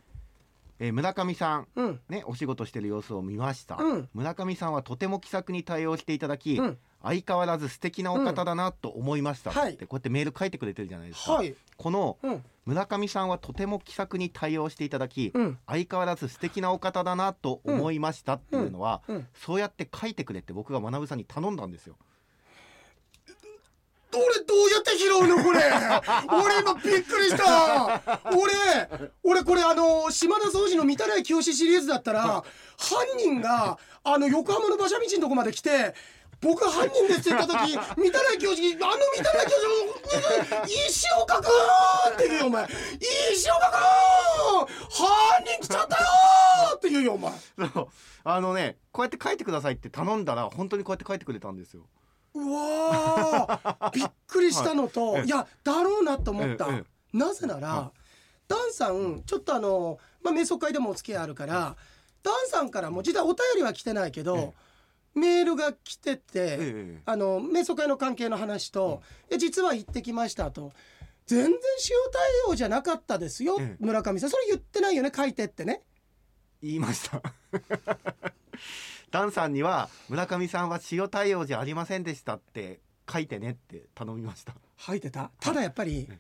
Speaker 2: えー村上さん
Speaker 1: うん
Speaker 2: ね、お仕事してる様子を見ました、
Speaker 1: うん
Speaker 2: 村上さんはとても気さくに対応していただき、
Speaker 1: うん
Speaker 2: 相変わらず素敵なお方だなと思いました、
Speaker 1: うんはい
Speaker 2: ってこうやってメール書いてくれてるじゃないですか、
Speaker 1: はい
Speaker 2: この
Speaker 1: うん
Speaker 2: 村上さんはとても気さくに対応していただき、
Speaker 1: うん
Speaker 2: 相変わらず素敵なお方だなと思いましたっていうのは、
Speaker 1: うん
Speaker 2: そうやって書いてくれって僕が学さんに頼んだんですよ。
Speaker 1: 俺どうやって拾うのこれ俺今びっくりした俺俺これあの島田総司の「見たない清志」シリーズだったら犯人があの横浜の馬車道のとこまで来て僕犯人ですって言った時「見たない清志」あの「見たない清志」石岡君って言うよお前石岡君犯人来ちゃったよって言うよお前
Speaker 2: そうあのねこうやって書いてくださいって頼んだら本当にこうやって書いてくれたんですよ。
Speaker 1: うわーびっくりしたのと、
Speaker 2: *laughs* はいえ
Speaker 1: い、
Speaker 2: え
Speaker 1: やだろうなと思った、
Speaker 2: えええ
Speaker 1: なぜなら、
Speaker 2: は
Speaker 1: ダンさんちょっとあの、まあ、瞑想会でもお付き合いあるから、ダンさんからも実はお便りは来てないけど、
Speaker 2: え
Speaker 1: メールが来てて、
Speaker 2: ええ
Speaker 1: あの瞑想会の関係の話と「え実は行ってきました」と「全然塩対応じゃなかったですよ、
Speaker 2: ええ
Speaker 1: 村上さんそれ言ってないよね書いてってね」
Speaker 2: 言いました。 *laughs* ダンさんには村上さんは塩対応じゃありませんでしたって書いてねって頼みました。
Speaker 1: 吐いてたただやっぱり、
Speaker 2: え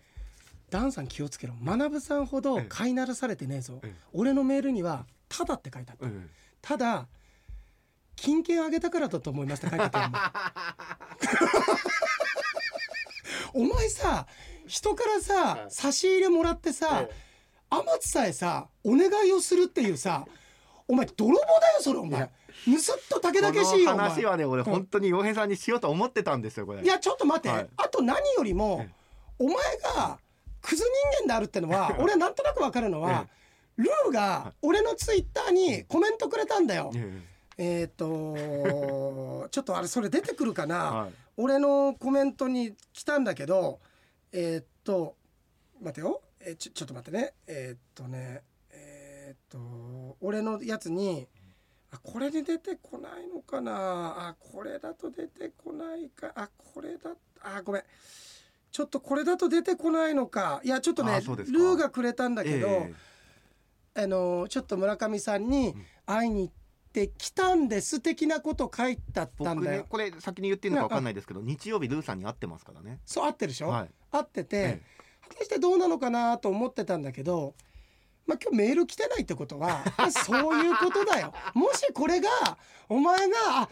Speaker 1: ダンさん気をつけろ学さんほど
Speaker 2: ええ
Speaker 1: 飼いならされてねえぞ、
Speaker 2: ええ
Speaker 1: 俺のメールには「ただ」って書いて
Speaker 2: *laughs*
Speaker 1: あった、ただ金券あげたからだと思いますって書いてあったよ *laughs* お前お前さ人からさ
Speaker 2: はい
Speaker 1: 差し入れもらってさ
Speaker 2: ええ
Speaker 1: 天津さえさお願いをするっていうさお前泥棒だよそれお前盗っとたけだけしいよ
Speaker 2: こ
Speaker 1: お
Speaker 2: の
Speaker 1: 前
Speaker 2: 話はね俺
Speaker 1: うん
Speaker 2: 本当に洋平さんにしようと思ってたんですよこれ。
Speaker 1: いやちょっと待って、
Speaker 2: はい
Speaker 1: あと何よりも
Speaker 2: ええ
Speaker 1: お前がクズ人間であるってのは俺はなんとなく分かるのは、ルーが俺のツイッターにコメントくれたんだよ。
Speaker 2: え
Speaker 1: えっ、とちょっとあれそれ出てくるかな、
Speaker 2: えはい
Speaker 1: 俺のコメントに来たんだけどえーっと待てよえーちょちょっと待ってねえーっとねえーっと俺のやつにあこれで出てこないのかなあこれだと出てこないかあこれだあごめんちょっとこれだと出てこないのかいやちょっとね
Speaker 2: あ
Speaker 1: ル
Speaker 2: そうですか
Speaker 1: ーがくれたんだけど、
Speaker 2: え
Speaker 1: あのちょっと村上さんに
Speaker 2: ん
Speaker 1: 会いに行ってきたんです的なこと書いてあっ
Speaker 2: え
Speaker 1: たん
Speaker 2: 僕
Speaker 1: だよ。
Speaker 2: ねこれ先に言っていいのかわかんないですけど日曜日ルーさんに会ってますからね。
Speaker 1: そう合ってるでしょ、
Speaker 2: はい。
Speaker 1: 合ってて、
Speaker 2: え
Speaker 1: 果たしてどうなのかなと思ってたんだけど、まあ、今日メール来てないってこと
Speaker 2: *laughs*
Speaker 1: はまあそういうことだよ。もしこれがお前があ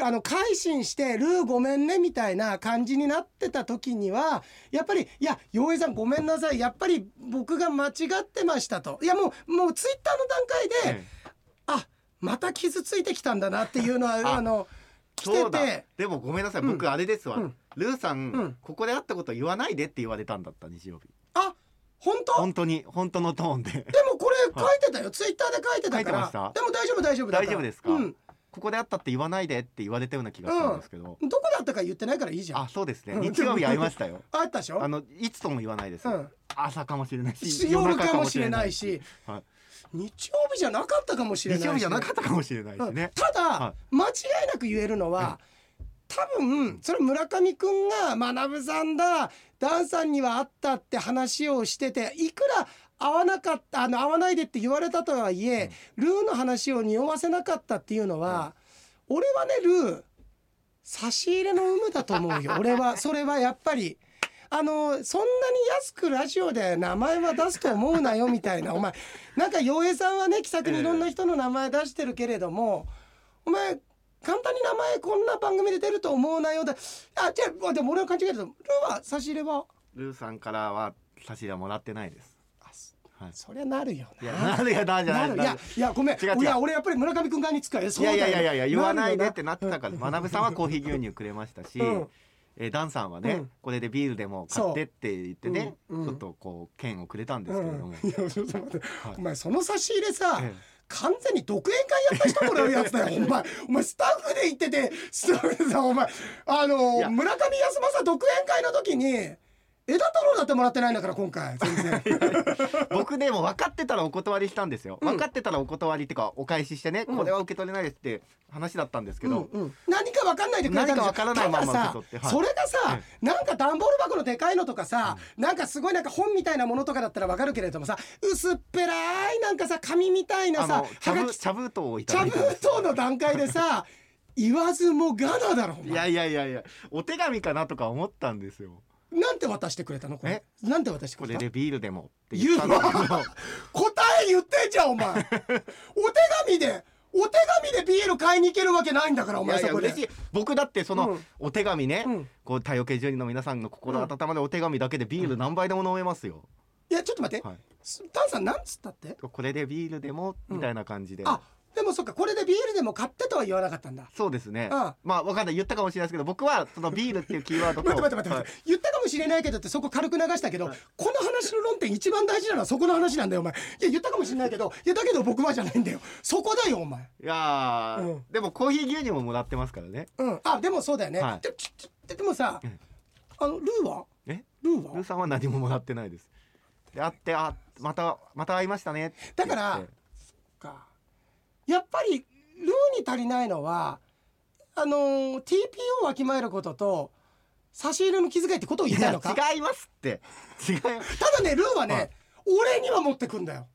Speaker 1: あの改心して「ルーごめんね」みたいな感じになってた時にはやっぱり「いや洋平さんごめんなさいやっぱり僕が間違ってました」と。いやもうもうツイッターの段階で、
Speaker 2: えええ
Speaker 1: あまた傷ついてきたんだなっていうのはあ
Speaker 2: あ
Speaker 1: の来
Speaker 2: そう
Speaker 1: て
Speaker 2: だ
Speaker 1: て
Speaker 2: でもごめんなさい、
Speaker 1: うん
Speaker 2: 僕あれですわ、
Speaker 1: うん
Speaker 2: ルーさん、
Speaker 1: うん
Speaker 2: ここで会ったこと言わないでって言われたんだった日曜日
Speaker 1: あ本当
Speaker 2: 本当に本当のトーンで
Speaker 1: で
Speaker 2: *laughs*
Speaker 1: もこれ書いてたよ、ツイッターで書いてたか
Speaker 2: 書いてま
Speaker 1: ら
Speaker 2: した
Speaker 1: でも大丈夫大丈夫だから
Speaker 2: 大丈夫ですか
Speaker 1: うん、
Speaker 2: ここで会ったって言わないでって言われたような気がしたんですけど、
Speaker 1: どこだったか言ってないからいいじゃん
Speaker 2: あそうですね
Speaker 1: うん
Speaker 2: 日曜日会いましたよ
Speaker 1: あったでしょ
Speaker 2: あのいつとも言わないです、
Speaker 1: うん
Speaker 2: 朝かもしれないし
Speaker 1: 夜かもしれないし
Speaker 2: 夜中かもし
Speaker 1: 日曜日じゃなかったかもし
Speaker 2: れ
Speaker 1: れ
Speaker 2: な
Speaker 1: ないい
Speaker 2: し
Speaker 1: し
Speaker 2: 日曜日じゃなかったかもしれないし
Speaker 1: うん
Speaker 2: ね、
Speaker 1: ただ、
Speaker 2: は
Speaker 1: 間違いなく言えるのは、多分それ村上くんが学さんだダンさんには会ったって話をしてていくら会わなかったあの会わないでって言われたとはいえ、ルーの話を匂わせなかったっていうのは、俺はねルー差し入れの有無だと思う
Speaker 2: *laughs*
Speaker 1: よ俺はそれはやっぱり。あのそんなに安くラジオで名前は出すと思うなよみたいなお前なんか洋平さんはね気さくにいろんな人の名前出してるけれども、お前簡単に名前こんな番組で出ると思うなよだあじゃあでも俺は勘違いだとルーは差し入れは
Speaker 2: ルーさんからは差し入れはもらってないです、
Speaker 1: あそ
Speaker 2: はい、
Speaker 1: そりゃなるよ
Speaker 2: いや
Speaker 1: な。
Speaker 2: *laughs* なるやなじゃな
Speaker 1: ないるい
Speaker 2: な
Speaker 1: や
Speaker 2: る
Speaker 1: いやごめん
Speaker 2: 違う違う
Speaker 1: いや俺やっぱり村上くん側につくからそう
Speaker 2: い
Speaker 1: だよ
Speaker 2: やいやいやいや言わないでって
Speaker 1: るよ
Speaker 2: なってたから学さんはコーヒー牛乳くれましたし、
Speaker 1: うん
Speaker 2: えーダンさんはね、
Speaker 1: うん
Speaker 2: これでビールでも買ってって言ってね、
Speaker 1: そううんうん
Speaker 2: ちょっとこう券をくれたんです
Speaker 1: う
Speaker 2: けれども、
Speaker 1: ん、いやちょっと待って、
Speaker 2: はい
Speaker 1: お前その差し入れさ、
Speaker 2: え
Speaker 1: 完全に独演会やった人もらうやつだ
Speaker 2: *laughs*
Speaker 1: よお前お前スタッフで行っててスタッフでさお前あ
Speaker 2: い
Speaker 1: の
Speaker 2: や
Speaker 1: 村上康政独演会の時に枝太郎だってもらってないんだから今回全
Speaker 2: *laughs*
Speaker 1: 然
Speaker 2: え僕でも分かってたらお断りしたんですよ、
Speaker 1: うん
Speaker 2: 分かってたらお断りっていうかお返ししてね、
Speaker 1: うん
Speaker 2: これは受け取れないですって話だったんですけ
Speaker 1: うん
Speaker 2: ど、
Speaker 1: うん何か分かんないでくれたんでしょ
Speaker 2: 何か分からないま
Speaker 1: た
Speaker 2: ま
Speaker 1: だ
Speaker 2: 受
Speaker 1: さ
Speaker 2: け取ってはい
Speaker 1: それがさ
Speaker 2: え
Speaker 1: なんか段ボール箱のでかいのとかさ、なんかすごいなんか本みたいなものとかだったら分かるけれどもさ薄っぺらいなんかさ紙みたいな
Speaker 2: あ
Speaker 1: さ
Speaker 2: の茶
Speaker 1: はが
Speaker 2: ぶ
Speaker 1: き
Speaker 2: 茶封筒をいた
Speaker 1: 茶
Speaker 2: だい
Speaker 1: 封
Speaker 2: たんです
Speaker 1: 筒の段階でさ言わずもがなだろお
Speaker 2: いや
Speaker 1: 前
Speaker 2: いやいやいやお手紙かなとか思ったんですよ
Speaker 1: なんて渡してくれたのこれなんて渡してく
Speaker 2: こ
Speaker 1: れ
Speaker 2: れ
Speaker 1: た
Speaker 2: でビールでもって言ったんですけど
Speaker 1: 答え言ってんじゃん
Speaker 2: *laughs*
Speaker 1: お前お手紙でお手紙でビール買いに行けるわけないんだからお
Speaker 2: い
Speaker 1: 前
Speaker 2: やい
Speaker 1: そ
Speaker 2: や
Speaker 1: こで
Speaker 2: 嬉しい僕だってその、
Speaker 1: うん
Speaker 2: お手紙ね、
Speaker 1: うん
Speaker 2: こう太陽系住人の皆さんの心温まるお手紙だけでビール何杯でも飲めますよ、
Speaker 1: いやちょっと待って、
Speaker 2: はい、
Speaker 1: タンさんなんつったって
Speaker 2: これでビールでもみたいな感じで、
Speaker 1: あでもそっかこれでビールでも買ってとは言わなかった
Speaker 2: *laughs*
Speaker 1: んだ
Speaker 2: そうですね
Speaker 1: あ
Speaker 2: まあわかんない言ったかもしれないですけど僕はそのビールっていうキーワードと
Speaker 1: *laughs* 待って待って待って待って、言ったかもしれないけどってそこ軽く流したけど、この話の論点一番大事なのはそこの話なんだよお前いや言ったかもしれないけどいやだけど僕はじゃないんだよそこだよお前
Speaker 2: はいいやー、
Speaker 1: うん
Speaker 2: でもコーヒー牛乳ももらってますからね
Speaker 1: うん、あでもそうだよね、
Speaker 2: はい
Speaker 1: でちちででもさ、
Speaker 2: うん
Speaker 1: あのルーは
Speaker 2: え
Speaker 1: ルー
Speaker 2: ルー
Speaker 1: は
Speaker 2: さんは何ももらってないですで会ってあまたまた会いましたねって言
Speaker 1: だ
Speaker 2: って
Speaker 1: からかやっぱりルーに足りないのはあのー TPO をわきまえることと差し入れの気遣いってことを言い
Speaker 2: い
Speaker 1: た
Speaker 2: や
Speaker 1: いのか
Speaker 2: 違いますって違い
Speaker 1: ただねルーはね、
Speaker 2: はい
Speaker 1: 俺には持ってくんだよ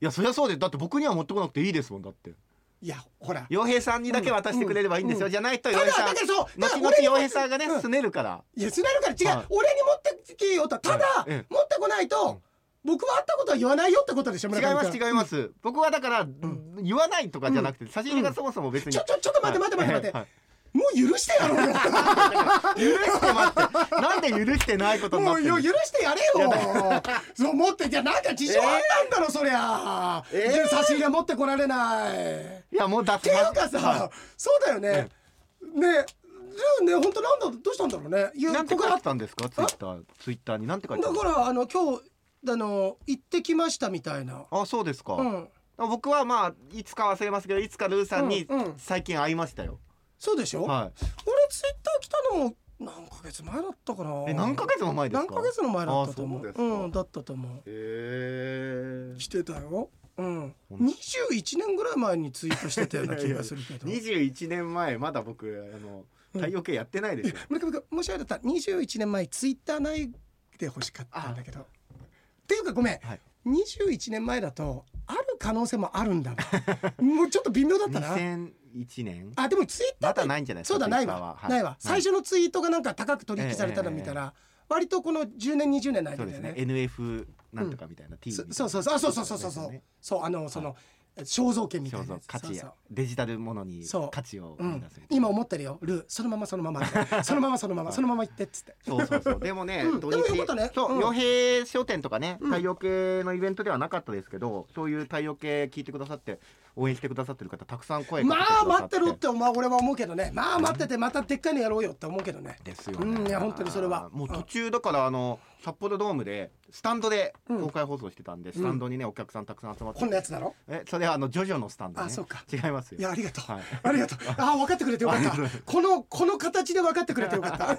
Speaker 2: いやそりゃそうでだって僕には持ってこなくていいですもんだって
Speaker 1: いやほら
Speaker 2: 洋平さんにだけ渡してくれればいいんですよ、
Speaker 1: うん
Speaker 2: じゃないと
Speaker 1: た
Speaker 2: 洋
Speaker 1: だ
Speaker 2: 平さん
Speaker 1: だけどそうだか
Speaker 2: 後
Speaker 1: ら
Speaker 2: 々
Speaker 1: 俺に
Speaker 2: 洋
Speaker 1: 持っ
Speaker 2: 平
Speaker 1: て
Speaker 2: さんがね
Speaker 1: うん
Speaker 2: すねるから
Speaker 1: いやすなるから違う、
Speaker 2: はい
Speaker 1: 俺に持ってきよとただ、
Speaker 2: ええ
Speaker 1: 持ってこないと、僕は会ったことは言わないよってことでしょ
Speaker 2: 違います違います、僕はだから、言わないとかじゃなくて差し入れがそもそも別に、
Speaker 1: ちょちょちょっと待って待って待って待って、
Speaker 2: はい
Speaker 1: もう許してやろうよ
Speaker 2: 許して待ってなんで許してないことにな
Speaker 1: も
Speaker 2: っ
Speaker 1: う
Speaker 2: て
Speaker 1: よ
Speaker 2: る
Speaker 1: 許してやれよ。 *laughs* そう持ってじゃなんか事情あったんだろ、そりゃ。
Speaker 2: えー
Speaker 1: じゃあ差し入れ持ってこられない。っ
Speaker 2: いやもうだってて
Speaker 1: いうかさ、
Speaker 2: は
Speaker 1: そうだよね。ね、じゃあね本当なんだどうしたんだろうね。い
Speaker 2: い
Speaker 1: や
Speaker 2: なんて
Speaker 1: こ
Speaker 2: 書
Speaker 1: こ
Speaker 2: いてたんですかツイッターツイッターになんて書いてた
Speaker 1: だ
Speaker 2: んで
Speaker 1: か
Speaker 2: す
Speaker 1: らあの今日あの行ってきましたみたいな。
Speaker 2: かあそうですか、
Speaker 1: うん。
Speaker 2: 僕はまあいつか忘れますけどいつかルーさんに
Speaker 1: うんうん
Speaker 2: 最近会いましたよ、
Speaker 1: そうでしょ。
Speaker 2: は
Speaker 1: 俺ツイッター来たのも何ヶ月前だったかな。
Speaker 2: いえ何ヶ月も前ですか
Speaker 1: 何ヶ月の前だったと思
Speaker 2: あそう
Speaker 1: う。う
Speaker 2: ですか
Speaker 1: んだったと思う。
Speaker 2: へえ
Speaker 1: してたよ。うん。
Speaker 2: ほん
Speaker 1: 二十一年ぐらい前にツイートしてたような気がする
Speaker 2: *laughs*
Speaker 1: けど。
Speaker 2: 21年前まだ僕あの太陽系やってないですよ、
Speaker 1: 村上君もしあれだったら21年前ツイッターないで欲しかったんだけどっていうかごめん、
Speaker 2: はい
Speaker 1: 21年前だとある可能性もあるんだわもうちょっと微妙だったな
Speaker 2: 2001年
Speaker 1: あでもツイッター
Speaker 2: ま
Speaker 1: って
Speaker 2: だないんじゃないですか
Speaker 1: そうだない
Speaker 2: Twitter
Speaker 1: わ
Speaker 2: は、はい
Speaker 1: ないわ、最
Speaker 2: は
Speaker 1: 初のツイートがなんか高く取引されたの
Speaker 2: ええ
Speaker 1: 見たら、割とこの10年20年の
Speaker 2: いそ
Speaker 1: 間だ
Speaker 2: うで
Speaker 1: よ
Speaker 2: す
Speaker 1: ね
Speaker 2: ね NF なんとかみたいな、T みた
Speaker 1: そ
Speaker 2: いな
Speaker 1: そうそうそうあそうそうそうそうそう、
Speaker 2: ですよね
Speaker 1: そうあのその、肖像権みた
Speaker 2: そう
Speaker 1: い
Speaker 2: そ
Speaker 1: なや
Speaker 2: う
Speaker 1: つ
Speaker 2: 価値
Speaker 1: そう
Speaker 2: や
Speaker 1: そう
Speaker 2: デジタルものに
Speaker 1: そう
Speaker 2: 価値を
Speaker 1: う
Speaker 2: 見
Speaker 1: ん
Speaker 2: 出すみ、たいな
Speaker 1: 今思ってるよルーそのままそのま
Speaker 2: *laughs*
Speaker 1: まそのままそのままそのまま言ってっつって
Speaker 2: そうそうそうでもね、
Speaker 1: うん
Speaker 2: 土
Speaker 1: でも
Speaker 2: 日
Speaker 1: よかったね
Speaker 2: そう、
Speaker 1: うん
Speaker 2: 洋平商店とかね
Speaker 1: うん
Speaker 2: 太陽系のイベントではなかったですけど、そういう太陽系聞いてくださって応援してくださってる方たくさん声かけてく
Speaker 1: ま
Speaker 2: だ
Speaker 1: あ
Speaker 2: さ
Speaker 1: 待ってろってお前俺は思うけどねまあ待っててまたでっかいのやろうよって思うけどね
Speaker 2: ですよね、
Speaker 1: うんいや本当にそれは
Speaker 2: もう途中だからあの札幌ドームでスタンドで公開放送してたんで、スタンドにねお客さんたくさん集まって、
Speaker 1: こんなやつだろ
Speaker 2: えそれはあのジョジョのスタンド、ね、
Speaker 1: あそうか
Speaker 2: 違いますよ
Speaker 1: いやありがとう、
Speaker 2: はい
Speaker 1: ありがとうあ分かってくれてよかったこのこの形で分かってくれてよかった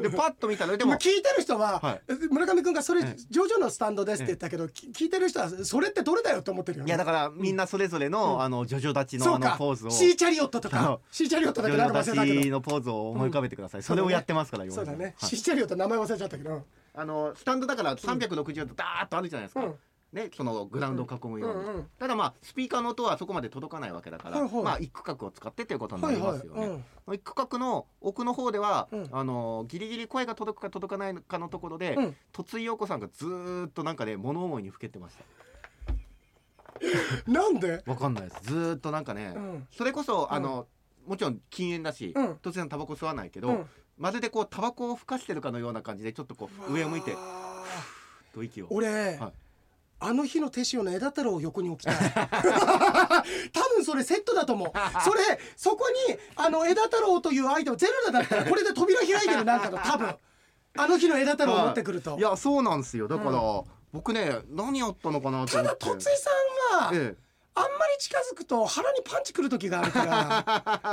Speaker 2: でパッと見たら *laughs* で
Speaker 1: でも
Speaker 2: も
Speaker 1: 聞いてる人は、
Speaker 2: は
Speaker 1: 村上君がそれ
Speaker 2: ええ
Speaker 1: ジョジョのスタンドですって言ったけど、き聞いてる人はそれってどれだよって思ってるよ
Speaker 2: い
Speaker 1: ね
Speaker 2: やだからみんなそれぞれの、あのジョジョ立ちの
Speaker 1: そ
Speaker 2: あ
Speaker 1: う
Speaker 2: の
Speaker 1: か
Speaker 2: ポーズを
Speaker 1: シーチャリオットとかシーチャリオットだけなんか忘れた
Speaker 2: ジョジョ立
Speaker 1: け
Speaker 2: ち
Speaker 1: ど
Speaker 2: のポーズを思い浮かべてください、それをやってますから
Speaker 1: そうだね、
Speaker 2: 洋平さん
Speaker 1: シーチャリオット名前忘れちゃったけど
Speaker 2: あのスタンドだから360度ダーッとあるじゃないですか、
Speaker 1: うん
Speaker 2: ね、そのグラウンドを囲むように、
Speaker 1: うんうん
Speaker 2: ただまあスピーカーの音はそこまで届かないわけだから、
Speaker 1: はいはい
Speaker 2: まあ一区画を使ってということになりますよね、
Speaker 1: はいはい
Speaker 2: 一区画の奥の方では、
Speaker 1: うん
Speaker 2: あのギリギリ声が届くか届かないかのところで、
Speaker 1: うん
Speaker 2: 突井陽子さんがずーっとなんかね物思いにふけてました
Speaker 1: なんで
Speaker 2: わかんないですずーっとなんかね、
Speaker 1: うん
Speaker 2: それこそあの、もちろん禁煙だし、
Speaker 1: うん
Speaker 2: 突然タバコ吸わないけど、
Speaker 1: うん
Speaker 2: まるでこうタバコをふかしてるかのような感じでちょっとこう上を向いてふーっと息を
Speaker 1: 俺、
Speaker 2: はい
Speaker 1: あの日の手塩の枝太郎を横に
Speaker 2: *laughs*
Speaker 1: 置きたい多分それセットだと思うそれそこにあの枝太郎というアイドルゼルダだったらこれで扉開いてるなんかの多分あの日の枝太郎を持ってくると、
Speaker 2: いやそうなんですよだから、僕ね何やったのかなと
Speaker 1: た
Speaker 2: 思っ
Speaker 1: だ
Speaker 2: て
Speaker 1: とついさんは、
Speaker 2: ええ
Speaker 1: あんまり近づくと腹にパンチくる時がある
Speaker 2: *laughs*
Speaker 1: か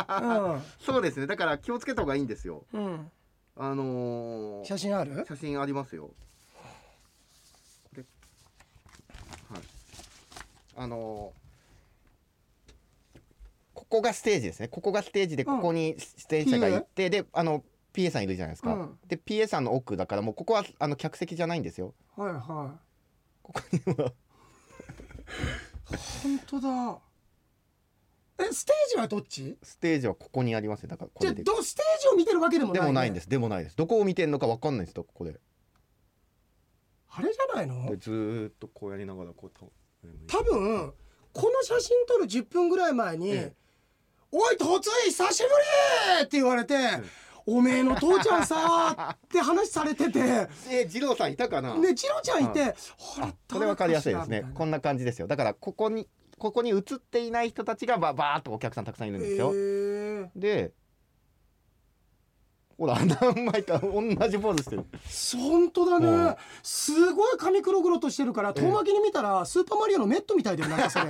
Speaker 1: ら、
Speaker 2: そうですねだから気をつけた方がいいんですよ
Speaker 1: うんうん、
Speaker 2: あのー
Speaker 1: 写真ある
Speaker 2: 写真ありますよこれはいあのーここがステージですねここがステージで
Speaker 1: うん
Speaker 2: ここに出演者がいて、であの PA さんいるじゃないですか、
Speaker 1: うん
Speaker 2: で PA さんの奥だからもうここはあの客席じゃないんですよ
Speaker 1: はいは
Speaker 2: ここには
Speaker 1: い本当だえステージはどっち
Speaker 2: ステージはここにありますねだからこ
Speaker 1: じゃ
Speaker 2: れ
Speaker 1: あ
Speaker 2: で
Speaker 1: どステージを見てるわけでもな
Speaker 2: で
Speaker 1: い、
Speaker 2: もないんですすでもないですどこを見てんのかわかんないんですよここで
Speaker 1: あれじゃないの
Speaker 2: でずーっとこうやりながらこうと
Speaker 1: 多分この写真撮る10分ぐらい前に「
Speaker 2: ええ
Speaker 1: おいとつい久しぶり!」って言われて
Speaker 2: え
Speaker 1: 「おめえの父ちゃんさ」って話されててで
Speaker 2: え二郎さんいたかな
Speaker 1: ジロちゃんいて「あれ
Speaker 2: これわかりやすいです
Speaker 1: 誰
Speaker 2: ね
Speaker 1: かしらみた
Speaker 2: こんな感じですよだからここにここに映っていない人たちがばバーっとお客さんたくさんいるんですよ、
Speaker 1: いなへえ
Speaker 2: でほら何枚か同じポーズしてる
Speaker 1: 本当だ
Speaker 2: う
Speaker 1: ね
Speaker 2: ん
Speaker 1: すごい髪黒々としてるから遠巻きに見たら「スーパーマリオ」のメットみたいだよなんか
Speaker 2: *laughs*
Speaker 1: それ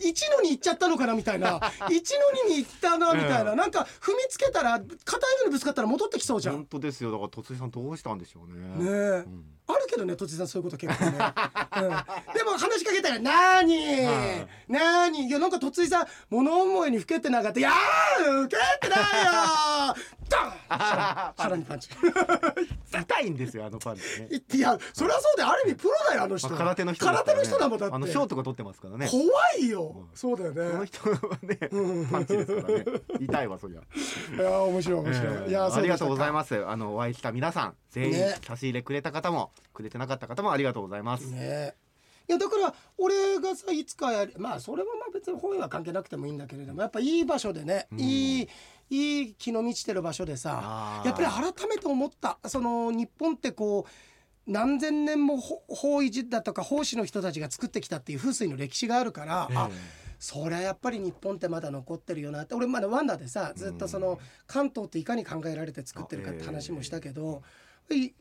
Speaker 1: 一のに行っちゃったのかなみたいな一のにに行ったなみたいな、
Speaker 2: う
Speaker 1: なんか踏みつけたら硬いのにぶつかったら戻ってきそうじゃん
Speaker 2: *laughs* 本当ですよだから突井さんどうしたんでしょうね
Speaker 1: ねえ、
Speaker 2: ん
Speaker 1: あるけどねとちさんそういうこと結構ね、うん、でも話しかけたら「なーに
Speaker 2: はい
Speaker 1: なーにいやなんかとちさん物思いにふけってなかったいやー受けてないよード
Speaker 2: *laughs*
Speaker 1: ンさらにパンチ
Speaker 2: 痛いんですよあのパンチね
Speaker 1: いやそりゃそうだよある意味プロだよあの人、
Speaker 2: まあ空手の人です
Speaker 1: 空
Speaker 2: から
Speaker 1: 手
Speaker 2: ね
Speaker 1: の人だもんだって
Speaker 2: あのショートが取ってますからねこ
Speaker 1: 怖いよ、そうだよ
Speaker 2: の
Speaker 1: ね
Speaker 2: 人はねパンチですからね痛いわそりゃ
Speaker 1: いやー面白い面白い、
Speaker 2: えー
Speaker 1: いや
Speaker 2: ありがとうござい
Speaker 1: ま
Speaker 2: ます。あのお会いした皆さん、全員
Speaker 1: ね
Speaker 2: 差し入れくれた方も、くれてなかった方もありがとうございます。
Speaker 1: ねいやだから俺がさいつかやりまあそれはまあ別に本意は関係なくてもいいんだけれどもやっぱいい場所でね、いいいい気の満ちてる場所でさ
Speaker 2: あー
Speaker 1: やっぱり改めて思ったその日本ってこう何千年もほ法医時だとか法師の人たちが作ってきたっていう風水の歴史があるから、あそりゃやっぱり日本ってまだ残ってるよなって俺まだワンダでさずっとその関東っていかに考えられて作ってるかって話もしたけど、い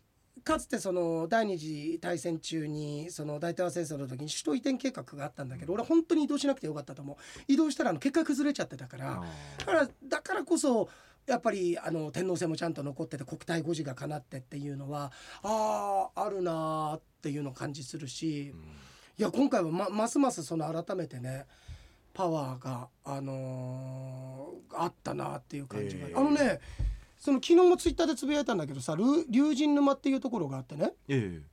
Speaker 1: かつてその第二次大戦中にその大東亜戦争の時に首都移転計画があったんだけど俺本当に移動しなくてよかったと思う移動したらあの結果崩れちゃってたからだからだからこそやっぱりあの天皇制もちゃんと残ってて国体護持がかなってっていうのはあああるなーっていうのを感じするし。いや今回はまますますその改めてねパワーが、あのーあったなっていう感じが、
Speaker 2: ええ
Speaker 1: あのねその昨日もツイッターでつぶやいたんだけどさ竜竜神沼っていうところがあってね
Speaker 2: ええ、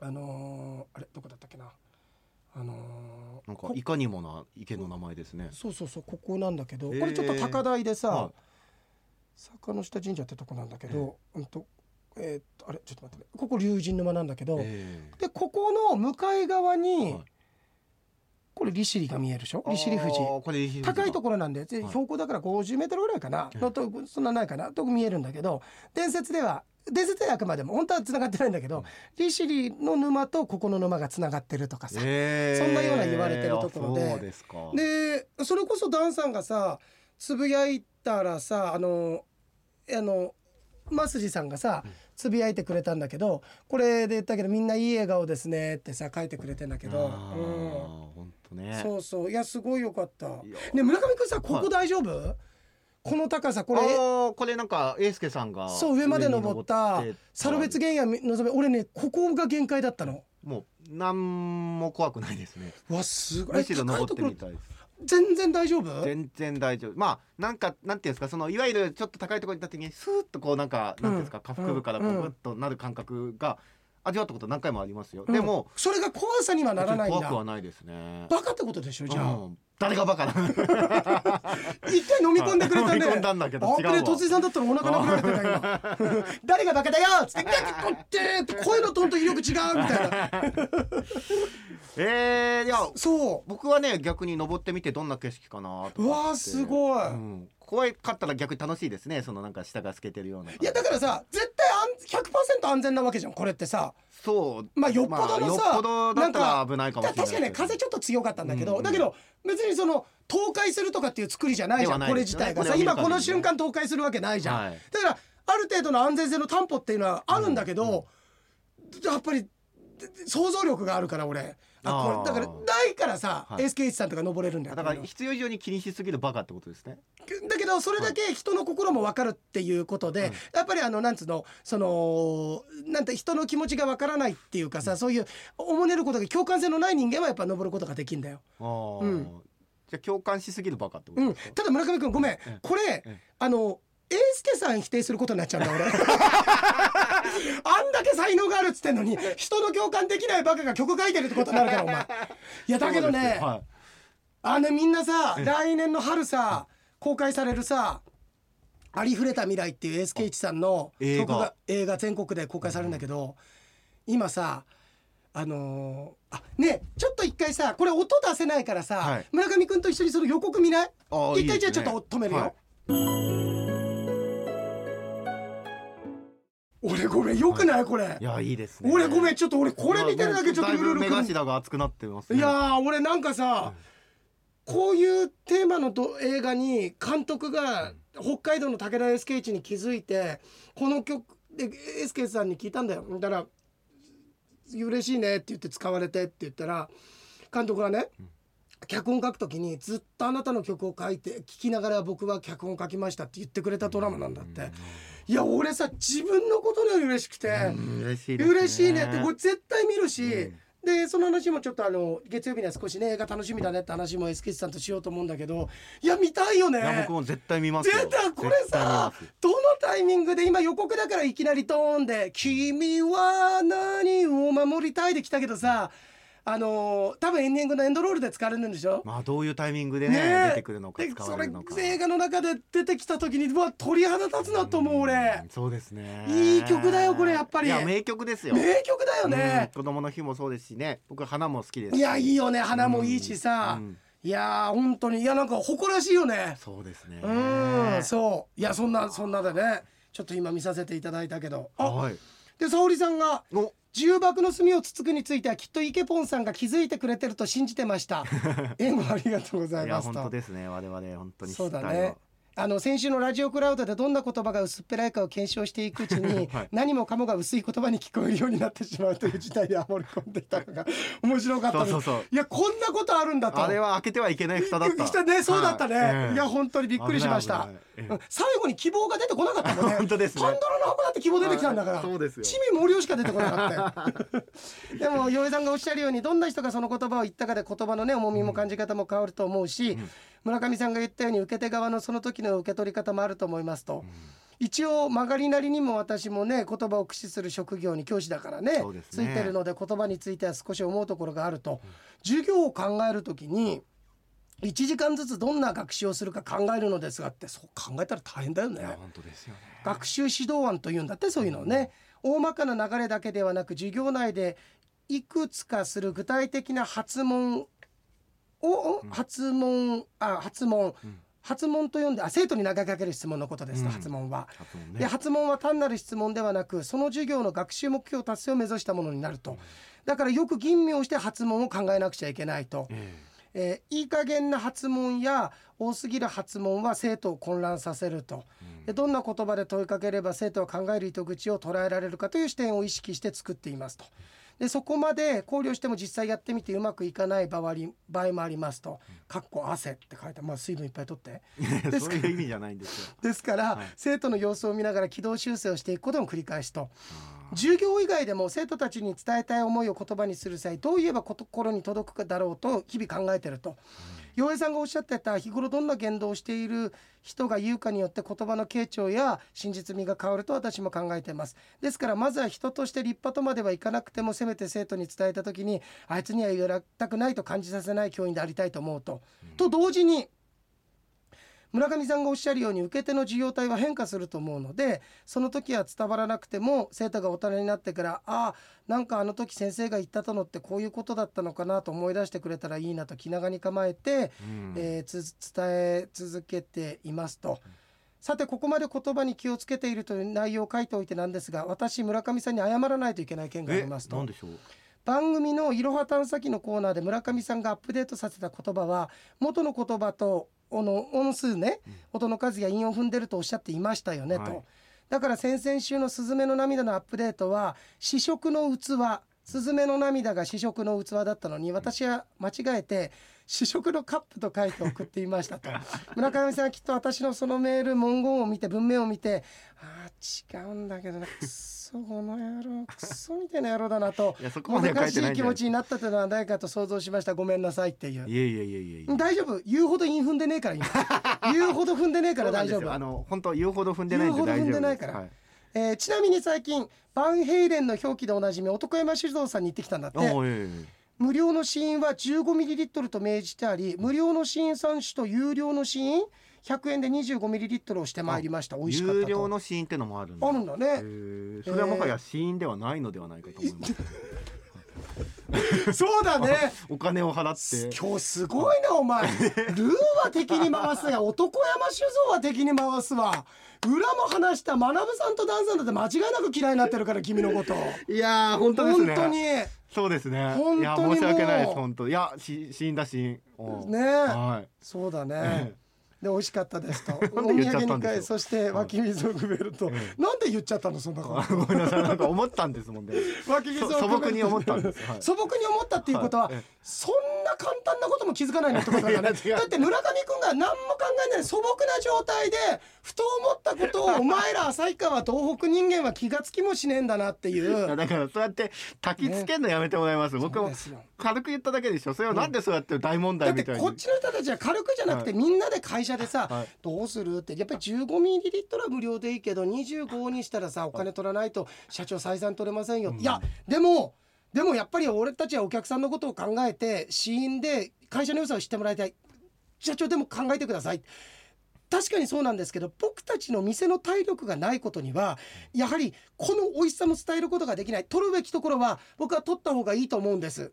Speaker 1: あのーあれどこだったっけなあのー
Speaker 2: なんか
Speaker 1: こ
Speaker 2: いかにもな池の名前ですね。
Speaker 1: そうそうそうここなんだけど、
Speaker 2: ええ
Speaker 1: これちょっと高台でさ、
Speaker 2: はい
Speaker 1: 坂の下神社ってとこなんだけど、うんとえーっとあれちょっと待ってねここ竜神沼なんだけど、
Speaker 2: え
Speaker 1: でここの向かい側
Speaker 2: え
Speaker 1: に、
Speaker 2: はい
Speaker 1: これ利尻が見えるでしょ利尻富士
Speaker 2: あーこれ利尻富士
Speaker 1: 高いところなんで、ぜ
Speaker 2: はい
Speaker 1: 標高だから50メートルぐらいかな、
Speaker 2: ええ
Speaker 1: のとそんなないかなと見えるんだけど伝説では伝説ではあくまでも本当は繋がってないんだけど、利尻の沼とここの沼が繋がってるとかさ、
Speaker 2: ええ
Speaker 1: そんなような言われてるところで
Speaker 2: あそうですか。
Speaker 1: でそれこそダンさんがさつぶやいたらさあのあのマスジさんがさつぶやいてくれたんだけどこれで言ったけどみんないい笑顔ですねってさ書いてくれてんだけど、
Speaker 2: あ
Speaker 1: う
Speaker 2: ー本当
Speaker 1: ん、
Speaker 2: ね。
Speaker 1: そうそういやすごいよかった。
Speaker 2: いや
Speaker 1: ね村上くんさここ大丈夫、この高さこ
Speaker 2: こ
Speaker 1: れ
Speaker 2: れこれなんか英介さんが
Speaker 1: そう上まで登った
Speaker 2: 上に登って
Speaker 1: サルベツ原野望め俺ねここが限界だったの
Speaker 2: もうなんも怖くないですね。
Speaker 1: うわすごい
Speaker 2: むし
Speaker 1: 高
Speaker 2: ろ
Speaker 1: い
Speaker 2: 登
Speaker 1: と
Speaker 2: って
Speaker 1: ころ
Speaker 2: みたいです。
Speaker 1: 全然大丈夫
Speaker 2: 全然大丈夫まあなんかなんていうんですかそのいわゆるちょっと高いところに行った時にスーッとこうなんか、なんていうんですか下腹部からこ
Speaker 1: うん
Speaker 2: うグッとなる感覚が味わったこと何回もありますよ、
Speaker 1: うん
Speaker 2: でも
Speaker 1: それが怖さにはならないん
Speaker 2: 怖
Speaker 1: だ
Speaker 2: くはないですね
Speaker 1: バカってことでしょじゃあ、
Speaker 2: うん誰がバカな
Speaker 1: 一回飲み込んでくれたね
Speaker 2: 飲み込んだんだけど
Speaker 1: あ
Speaker 2: 違う
Speaker 1: こ
Speaker 2: わ
Speaker 1: れ突然さんだったらお腹なくなってた
Speaker 2: *laughs*
Speaker 1: 今誰がバカだよっつってガキ取ってって声のトーンと威力違うみたいな
Speaker 2: えー、いや
Speaker 1: そ
Speaker 2: 僕はね逆に登ってみてどんな景色かなと
Speaker 1: ううわーすごい、
Speaker 2: い、うん怖かったら逆に楽しいですねそのなんか下が透けてるようない
Speaker 1: やだからさ絶対安100%安全なわけじゃんこれってさ
Speaker 2: そう
Speaker 1: まあよっぽどのさ
Speaker 2: よっぽどだったら危ないかも
Speaker 1: た
Speaker 2: しれな
Speaker 1: 確かに
Speaker 2: い
Speaker 1: ね風ちょっと強かったんだけど、
Speaker 2: うんうん
Speaker 1: だけど別にその倒壊するとかっていう作りじゃないじゃん、
Speaker 2: では
Speaker 1: こ
Speaker 2: な
Speaker 1: れ
Speaker 2: いです
Speaker 1: 自
Speaker 2: よね
Speaker 1: 体がさ
Speaker 2: これは
Speaker 1: 今
Speaker 2: 見る
Speaker 1: この
Speaker 2: 限り
Speaker 1: 瞬
Speaker 2: ね
Speaker 1: 間倒壊するわけないじゃん、
Speaker 2: はい
Speaker 1: だからある程度の安全性の担保っていうのはあるんだけど、やっぱり想像力があるから俺あこれ
Speaker 2: あー
Speaker 1: だからないからさ、
Speaker 2: はい
Speaker 1: SK1 さんとか登れるんだよ
Speaker 2: だから必要以上に気にしすぎるバカってことですね
Speaker 1: だけどそれだけ人の心も分かるっていうことで、
Speaker 2: うん
Speaker 1: やっぱりあのなんつうのそのなんて人の気持ちが分からないっていうかさ、そういうおもねることが共感性のない人間はやっぱ登ることができるんだよ。
Speaker 2: ああ、
Speaker 1: うん
Speaker 2: じゃあ共感しすぎるバカってこ
Speaker 1: う
Speaker 2: と
Speaker 1: ん、
Speaker 2: ですか、
Speaker 1: ただ村上君ごめん
Speaker 2: ええ
Speaker 1: これ
Speaker 2: え
Speaker 1: あの英介さん否定することになっちゃうんだ俺 *laughs* あんだけ才能があるっつってんのに人の共感できないバカが曲書いてるってことになるからお前いやだけど
Speaker 2: そうで
Speaker 1: ね、
Speaker 2: すよはい
Speaker 1: あのみんなさ
Speaker 2: ええ
Speaker 1: 来年の春さ公開されるさ「ありふれた未来」っていう SK1 さんの
Speaker 2: 映画
Speaker 1: 曲が映画全国で公開されるんだけど今さあのーあねえちょっと一回さこれ音出せないからさ、
Speaker 2: はい
Speaker 1: 村上君と一緒にその予告見ない
Speaker 2: あー
Speaker 1: 一回
Speaker 2: いい
Speaker 1: じゃ
Speaker 2: で
Speaker 1: あちょ
Speaker 2: すね
Speaker 1: っと止めるよ、
Speaker 2: はい
Speaker 1: 俺ごめんよくないこれ、
Speaker 2: いやいいですね
Speaker 1: 俺ごめんちょっと俺これ見てるだけちょっと
Speaker 2: い
Speaker 1: ル
Speaker 2: やも
Speaker 1: ル
Speaker 2: うだ
Speaker 1: ル
Speaker 2: いぶ目
Speaker 1: くん
Speaker 2: 頭が熱くなってます、
Speaker 1: いやー俺なんかさ、こういうテーマのど映画に監督が北海道の武田 SK 一に気づいてこの曲で SK さんに聞いたんだよだから「嬉しいね」って言って使われてって言ったら監督がね、脚本書くときにずっとあなたの曲を書いて聴きながら僕は脚本書きましたって言ってくれたドラマなんだって、いや俺さ自分のことのより嬉しくて、
Speaker 2: うん嬉しいですね
Speaker 1: 嬉しいねってこれ絶対見るし、
Speaker 2: うん
Speaker 1: でその話もちょっとあの月曜日には少しね映画楽しみだねって話も SK さんとしようと思うんだけどいや見たいよね
Speaker 2: いや僕も絶対見ますよ
Speaker 1: 絶対これ
Speaker 2: 絶対見
Speaker 1: さ
Speaker 2: ます
Speaker 1: どのタイミングで今予告だからいきなりドーンで「君は何を守りたい」で来たけどさあのー多分エンディングのエンドロールで使われるんでしょ
Speaker 2: まあどういうタイミングでね
Speaker 1: ねえ
Speaker 2: 出てくるのか
Speaker 1: で
Speaker 2: 使
Speaker 1: そ
Speaker 2: われ
Speaker 1: れ
Speaker 2: るのか
Speaker 1: 映画の中で出てきた時にうわ鳥肌立つなと思う俺
Speaker 2: うんそうですね
Speaker 1: いい曲だよこれやっぱり
Speaker 2: いや名曲ですよ
Speaker 1: 名曲だよね
Speaker 2: うん子供の日もそうですしね僕花も好きです
Speaker 1: いやいい
Speaker 2: よ
Speaker 1: よね花もいいしさ、いやー本当にいやなんか誇らしいよね
Speaker 2: そうですね
Speaker 1: うんそういやそんなそんなでねちょっと今見させていただいたけどあ
Speaker 2: はい
Speaker 1: で沙織さんが
Speaker 2: お
Speaker 1: 重爆の炭をつつくについてはきっとイケポンさんが気づいてくれてると信じてました
Speaker 2: *laughs*
Speaker 1: 援護ありがとうござい
Speaker 2: いや
Speaker 1: ます
Speaker 2: 本当
Speaker 1: と
Speaker 2: ですね我々本当に
Speaker 1: そうだ
Speaker 2: 失態
Speaker 1: ね
Speaker 2: を
Speaker 1: あの先週のラジオクラウドでどんな言葉が薄っぺらいかを検証していくうちに、
Speaker 2: *laughs* はい
Speaker 1: 何もかもが薄い言葉に聞こえるようになってしまうという事態であり込んでいたのが面白かったです
Speaker 2: そうそうそう
Speaker 1: いやこんなことあるんだと
Speaker 2: あれは開けてはいけない蓋だった
Speaker 1: ねそうだったね、、
Speaker 2: はいええ
Speaker 1: や本当にびっくりしました
Speaker 2: 危ない危
Speaker 1: う
Speaker 2: ない
Speaker 1: ん最後に希望が出てこなかったもんね
Speaker 2: 本当ですね
Speaker 1: パンドラの箱だって希望出てきたんだから、
Speaker 2: はいそうですよ
Speaker 1: 地味毛量しか出てこなかった
Speaker 2: *laughs*
Speaker 1: よでも洋江さんがおっしゃるようにどんな人がその言葉を言ったかで言葉のね重みも感じ方も変わると思うし、村上さんが言ったように受け手側のその時の受け取り方もあると思いますと、一応曲がりなりにも私もね言葉を駆使する職業に教師だからね
Speaker 2: そうです
Speaker 1: つい
Speaker 2: ね
Speaker 1: てるので言葉については少し思うところがあると、授業を考えるときに1時間ずつどんな学習をするか考えるのですがってそう考えたら大変だよね。
Speaker 2: いや本当ですよね
Speaker 1: 学習指導案というんだってそういうのをね大まかな流れだけではなく授業内でいくつかする具体的な発問を、発問あ発問、発問と呼んであ生徒に投げかける質問のことですと、
Speaker 2: うん
Speaker 1: 発問は。
Speaker 2: 発音
Speaker 1: で
Speaker 2: ね
Speaker 1: 発問は単なる質問ではなくその授業の学習目標達成を目指したものになるとだからよく吟味をして発問を考えなくちゃいけないと、
Speaker 2: え
Speaker 1: えーいい加減な発問や多すぎる発問は生徒を混乱させると、でどんな言葉で問いかければ生徒は考える糸口を捉えられるかという視点を意識して作っていますと。でそこまで考慮しても実際やってみてうまくいかない場合場合もありますと「かっこ汗」って書いて、まあ、水分いっぱい取って
Speaker 2: えそういう意味じゃないんですよ
Speaker 1: ですから、
Speaker 2: はい
Speaker 1: 生徒の様子を見ながら軌道修正をしていくことの繰り返しと授業以外でも生徒たちに伝えたい思いを言葉にする際どう言えば心に届くかだろうと日々考えてると洋平さんがおっしゃってた日頃どんな言動をしている人が言うかによって言葉の傾聴や真実味が変わると私も考えていますですからまずは人として立派とまではいかなくてもせめて生徒に伝えた時にあいつにはやりたくないと感じさせない教員でありたいと思うと。と同時に村上さんがおっしゃるように受け手の受容体は変化すると思うのでその時は伝わらなくても生徒が大人になってからああなんかあの時先生が言ったとのってこういうことだったのかなと思い出してくれたらいいなと気長に構えて、
Speaker 2: うん
Speaker 1: えーつ伝え続けていますと。さてここまで言葉に気をつけているという内容を書いておいてなんですが私村上さんに謝らないといけない件があり
Speaker 2: え
Speaker 1: ます
Speaker 2: な
Speaker 1: と
Speaker 2: んでしょう
Speaker 1: 番組のいろは探査機のコーナーで村上さんがアップデートさせた言葉は元の言葉とあの音数ね、
Speaker 2: うん
Speaker 1: 音の数や韻を踏んでるとおっしゃっていましたよねと、
Speaker 2: はい
Speaker 1: だから先々週の「スズメの涙」のアップデートは「試食の器」「スズメの涙」が試食の器だったのに私は間違えて「試食のカップ」と書いて送っていました
Speaker 2: *laughs*
Speaker 1: と村上さんはきっと私のそのメール文言を見て文面を見て「あー違うんだけどなくそこの野郎くそみたいな野郎だな」と
Speaker 2: いやそこま
Speaker 1: も
Speaker 2: で
Speaker 1: ど
Speaker 2: は書
Speaker 1: か
Speaker 2: い
Speaker 1: して
Speaker 2: ないいん
Speaker 1: 気
Speaker 2: じゃな
Speaker 1: 持
Speaker 2: い
Speaker 1: ちになったというのは誰かと想像しましたごめんなさいっていう
Speaker 2: いやいやいやいやいや
Speaker 1: 大丈夫言うほど韻踏んでねえから今言うほど踏んでねえから大丈
Speaker 2: そうなんですよ
Speaker 1: 夫
Speaker 2: あの本当言うほど踏んでないんで
Speaker 1: 言うほ
Speaker 2: 大
Speaker 1: ど踏
Speaker 2: 丈夫
Speaker 1: んでないから
Speaker 2: はい
Speaker 1: えーちなみに最近バンヘイレンの表記でおなじみ男山酒造さんに行ってきたんだっ
Speaker 2: あ
Speaker 1: て
Speaker 2: いやいやいや
Speaker 1: 無料の試飲は 15ml と明示してあり無料の試飲3種と有料の試飲100円で 25ml をしてまいりました美味しかったと
Speaker 2: 有料のシーンってのもあるんだ
Speaker 1: あるんだね、
Speaker 2: へえそれはもはやシーンではないのではないかと思い
Speaker 1: *laughs*
Speaker 2: ます、
Speaker 1: そうだね
Speaker 2: お金を払って
Speaker 1: 今日すごいなお
Speaker 2: *laughs*
Speaker 1: 前ルーは敵に回すが男山酒造は敵に回すわ裏も話した学さんとダンさんだって間違いなく嫌いになってるから君のこと
Speaker 2: いやー本
Speaker 1: 本当にね
Speaker 2: そうですね
Speaker 1: 本当に
Speaker 2: いや申し訳ないです
Speaker 1: もう
Speaker 2: 本当いやしシーンだシーンおうはい *laughs*
Speaker 1: そうだ
Speaker 2: え
Speaker 1: ね。で美味しかったですと。お土
Speaker 2: なんで言っちゃっ
Speaker 1: 産に
Speaker 2: たんでしょう
Speaker 1: 買い、そして湧き水をくべると。なんで言っちゃったのそんなこと。
Speaker 2: あごめんなさいなんか思ったんですもんね
Speaker 1: 湧き水をくべる
Speaker 2: そ素朴に思ったんですはい
Speaker 1: 素朴に思ったっていうことは、
Speaker 2: はいええ
Speaker 1: そんな簡単なことも気づかないのってことだからね。
Speaker 2: いや違う
Speaker 1: だって村上君が何も考えない素朴な状態でふと思ったことをお前ら旭川東北人間は気がつきもしねえんだなってい
Speaker 2: *laughs* いや
Speaker 1: う。
Speaker 2: だからそうやって焚きつけるのやめてもらいます、僕
Speaker 1: そう
Speaker 2: も
Speaker 1: ですよ
Speaker 2: 軽く言っただけでしょそれをなんでそうやって大問
Speaker 1: だ
Speaker 2: 題
Speaker 1: って
Speaker 2: みたいに、
Speaker 1: こっちの人たちは軽くじゃなくてみんなで会社でさ、
Speaker 2: はい
Speaker 1: どうするってやっぱり15ミリリットルは無料でいいけど25にしたらさお金取らないと社長採算取れませんよ、いやでもでもやっぱり俺たちはお客さんのことを考えて死因で会社の良さを知ってもらいたい社長でも考えてください確かにそうなんですけど僕たちの店の体力がないことにはやはりこの美味しさも伝えることができない取るべきところは僕は取った方がいいと思うんです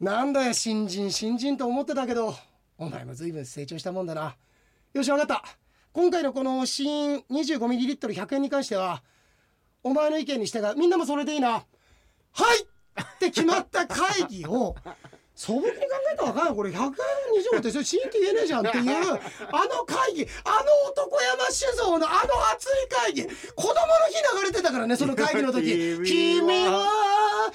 Speaker 1: なんだよ新人新人と思ってたけどお前も随分成長したもんだなよしわかった今回のこの試飲 25ml100 円に関してはお前の意見に従うみんなもそれでいいなはいって決まった会議を *laughs* 素朴に考えたらわかんないこれ100円25ってそれ試飲って言えねえじゃんっていうあの会議あの男山酒造のあの熱い会議子供の日流れてたからねその会議の時君
Speaker 2: 君
Speaker 1: は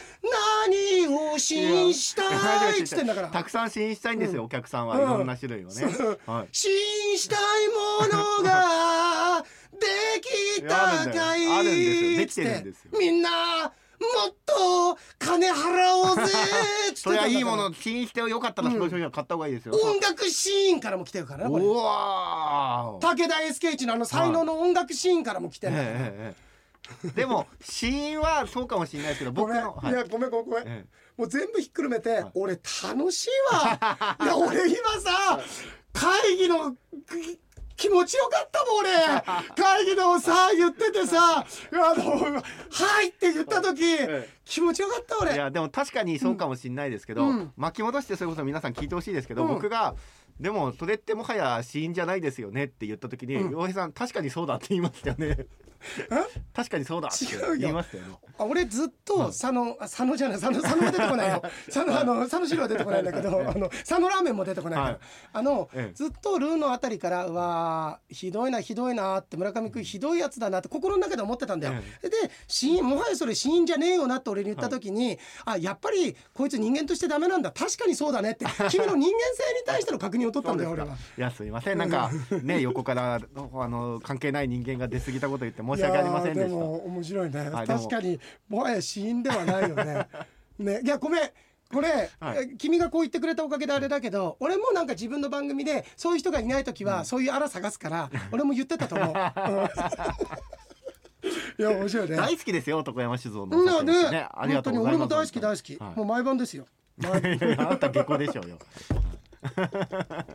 Speaker 1: 何を
Speaker 2: い
Speaker 1: 信
Speaker 2: や
Speaker 1: したいっつってんだから
Speaker 2: たくさん試飲したいんですよ、お客さんは、
Speaker 1: うん
Speaker 2: いろんな種類をね、はい
Speaker 1: 信したいものができたかい
Speaker 2: あるんだよあるんですよできて
Speaker 1: つ
Speaker 2: る
Speaker 1: っ
Speaker 2: んですよ
Speaker 1: みんなもっと金払おうぜつって
Speaker 2: それはいいもの試飲してよかったらその商品は買った方がいいですよ、
Speaker 1: 音楽シーンからも来てるからねこれ
Speaker 2: うわー
Speaker 1: 武田 SK1 のあの才能の音楽シーンからも来てる、
Speaker 2: ええええでも死因はそうかもしれないですけど
Speaker 1: ご
Speaker 2: 僕
Speaker 1: めん、、
Speaker 2: の、はいい
Speaker 1: やごめんごめんごめん、
Speaker 2: え
Speaker 1: もう全部ひっくるめて、俺楽しいわいや俺今さ会議のき気持ちよかったもん俺会議のさ言っててさあの「はい」って言った時
Speaker 2: え
Speaker 1: 気持ちよかった
Speaker 2: えい
Speaker 1: 俺
Speaker 2: やでも確かにそうかもしれないですけど、
Speaker 1: うん
Speaker 2: 巻き戻してそれこそ皆さん聞いてほしいですけど、
Speaker 1: うん
Speaker 2: 僕が「でもそれってもはや死因じゃないですよね」って言った時に
Speaker 1: う
Speaker 2: 洋、
Speaker 1: ん
Speaker 2: 平さん確かにそうだって言いましたよね確かにそうだって
Speaker 1: 違うよ
Speaker 2: 言いましたよね
Speaker 1: あ俺ずっと佐野あ佐野じゃない佐野佐野は出てこない
Speaker 2: *laughs*
Speaker 1: よ佐野あの佐野汁は出てこないんだけどあの佐野ラーメンも出てこないから、
Speaker 2: はい
Speaker 1: あの、
Speaker 2: ええ
Speaker 1: ずっとルーのあたりから「うわーひどいなひどいな」って村上君ひどいやつだなって心の中で思ってたんだよ。
Speaker 2: え
Speaker 1: で死因もはやそれ死因じゃねえよなって俺に言った時に、あやっぱりこいつ人間としてダメなんだ確かにそうだねって君の人間性に対しての確認を取ったんだよ俺は。
Speaker 2: いやすいませんなんかね横からあの関係ない人間が出過ぎたこと言って申し訳ありませんで
Speaker 1: いやー
Speaker 2: し
Speaker 1: で
Speaker 2: た
Speaker 1: も面白いね、
Speaker 2: はいでも
Speaker 1: 確かにもはや死因ではないよ
Speaker 2: *laughs*
Speaker 1: ねねいやごめんこれ、
Speaker 2: はい
Speaker 1: え君がこう言ってくれたおかげであれだけど俺もなんか自分の番組でそういう人がいない時は、そういうあら探すから俺も言ってたと思
Speaker 2: *laughs*
Speaker 1: う、うんいや面白いね
Speaker 2: 大好きですよ男山酒造の
Speaker 1: う
Speaker 2: お
Speaker 1: ん
Speaker 2: 酒
Speaker 1: ね
Speaker 2: ですねありがとうござい
Speaker 1: 本当
Speaker 2: ます
Speaker 1: に俺も大好き大好き、
Speaker 2: はい
Speaker 1: もう毎晩ですよ
Speaker 2: いやいやあなた下校でしょうよ。
Speaker 1: *laughs*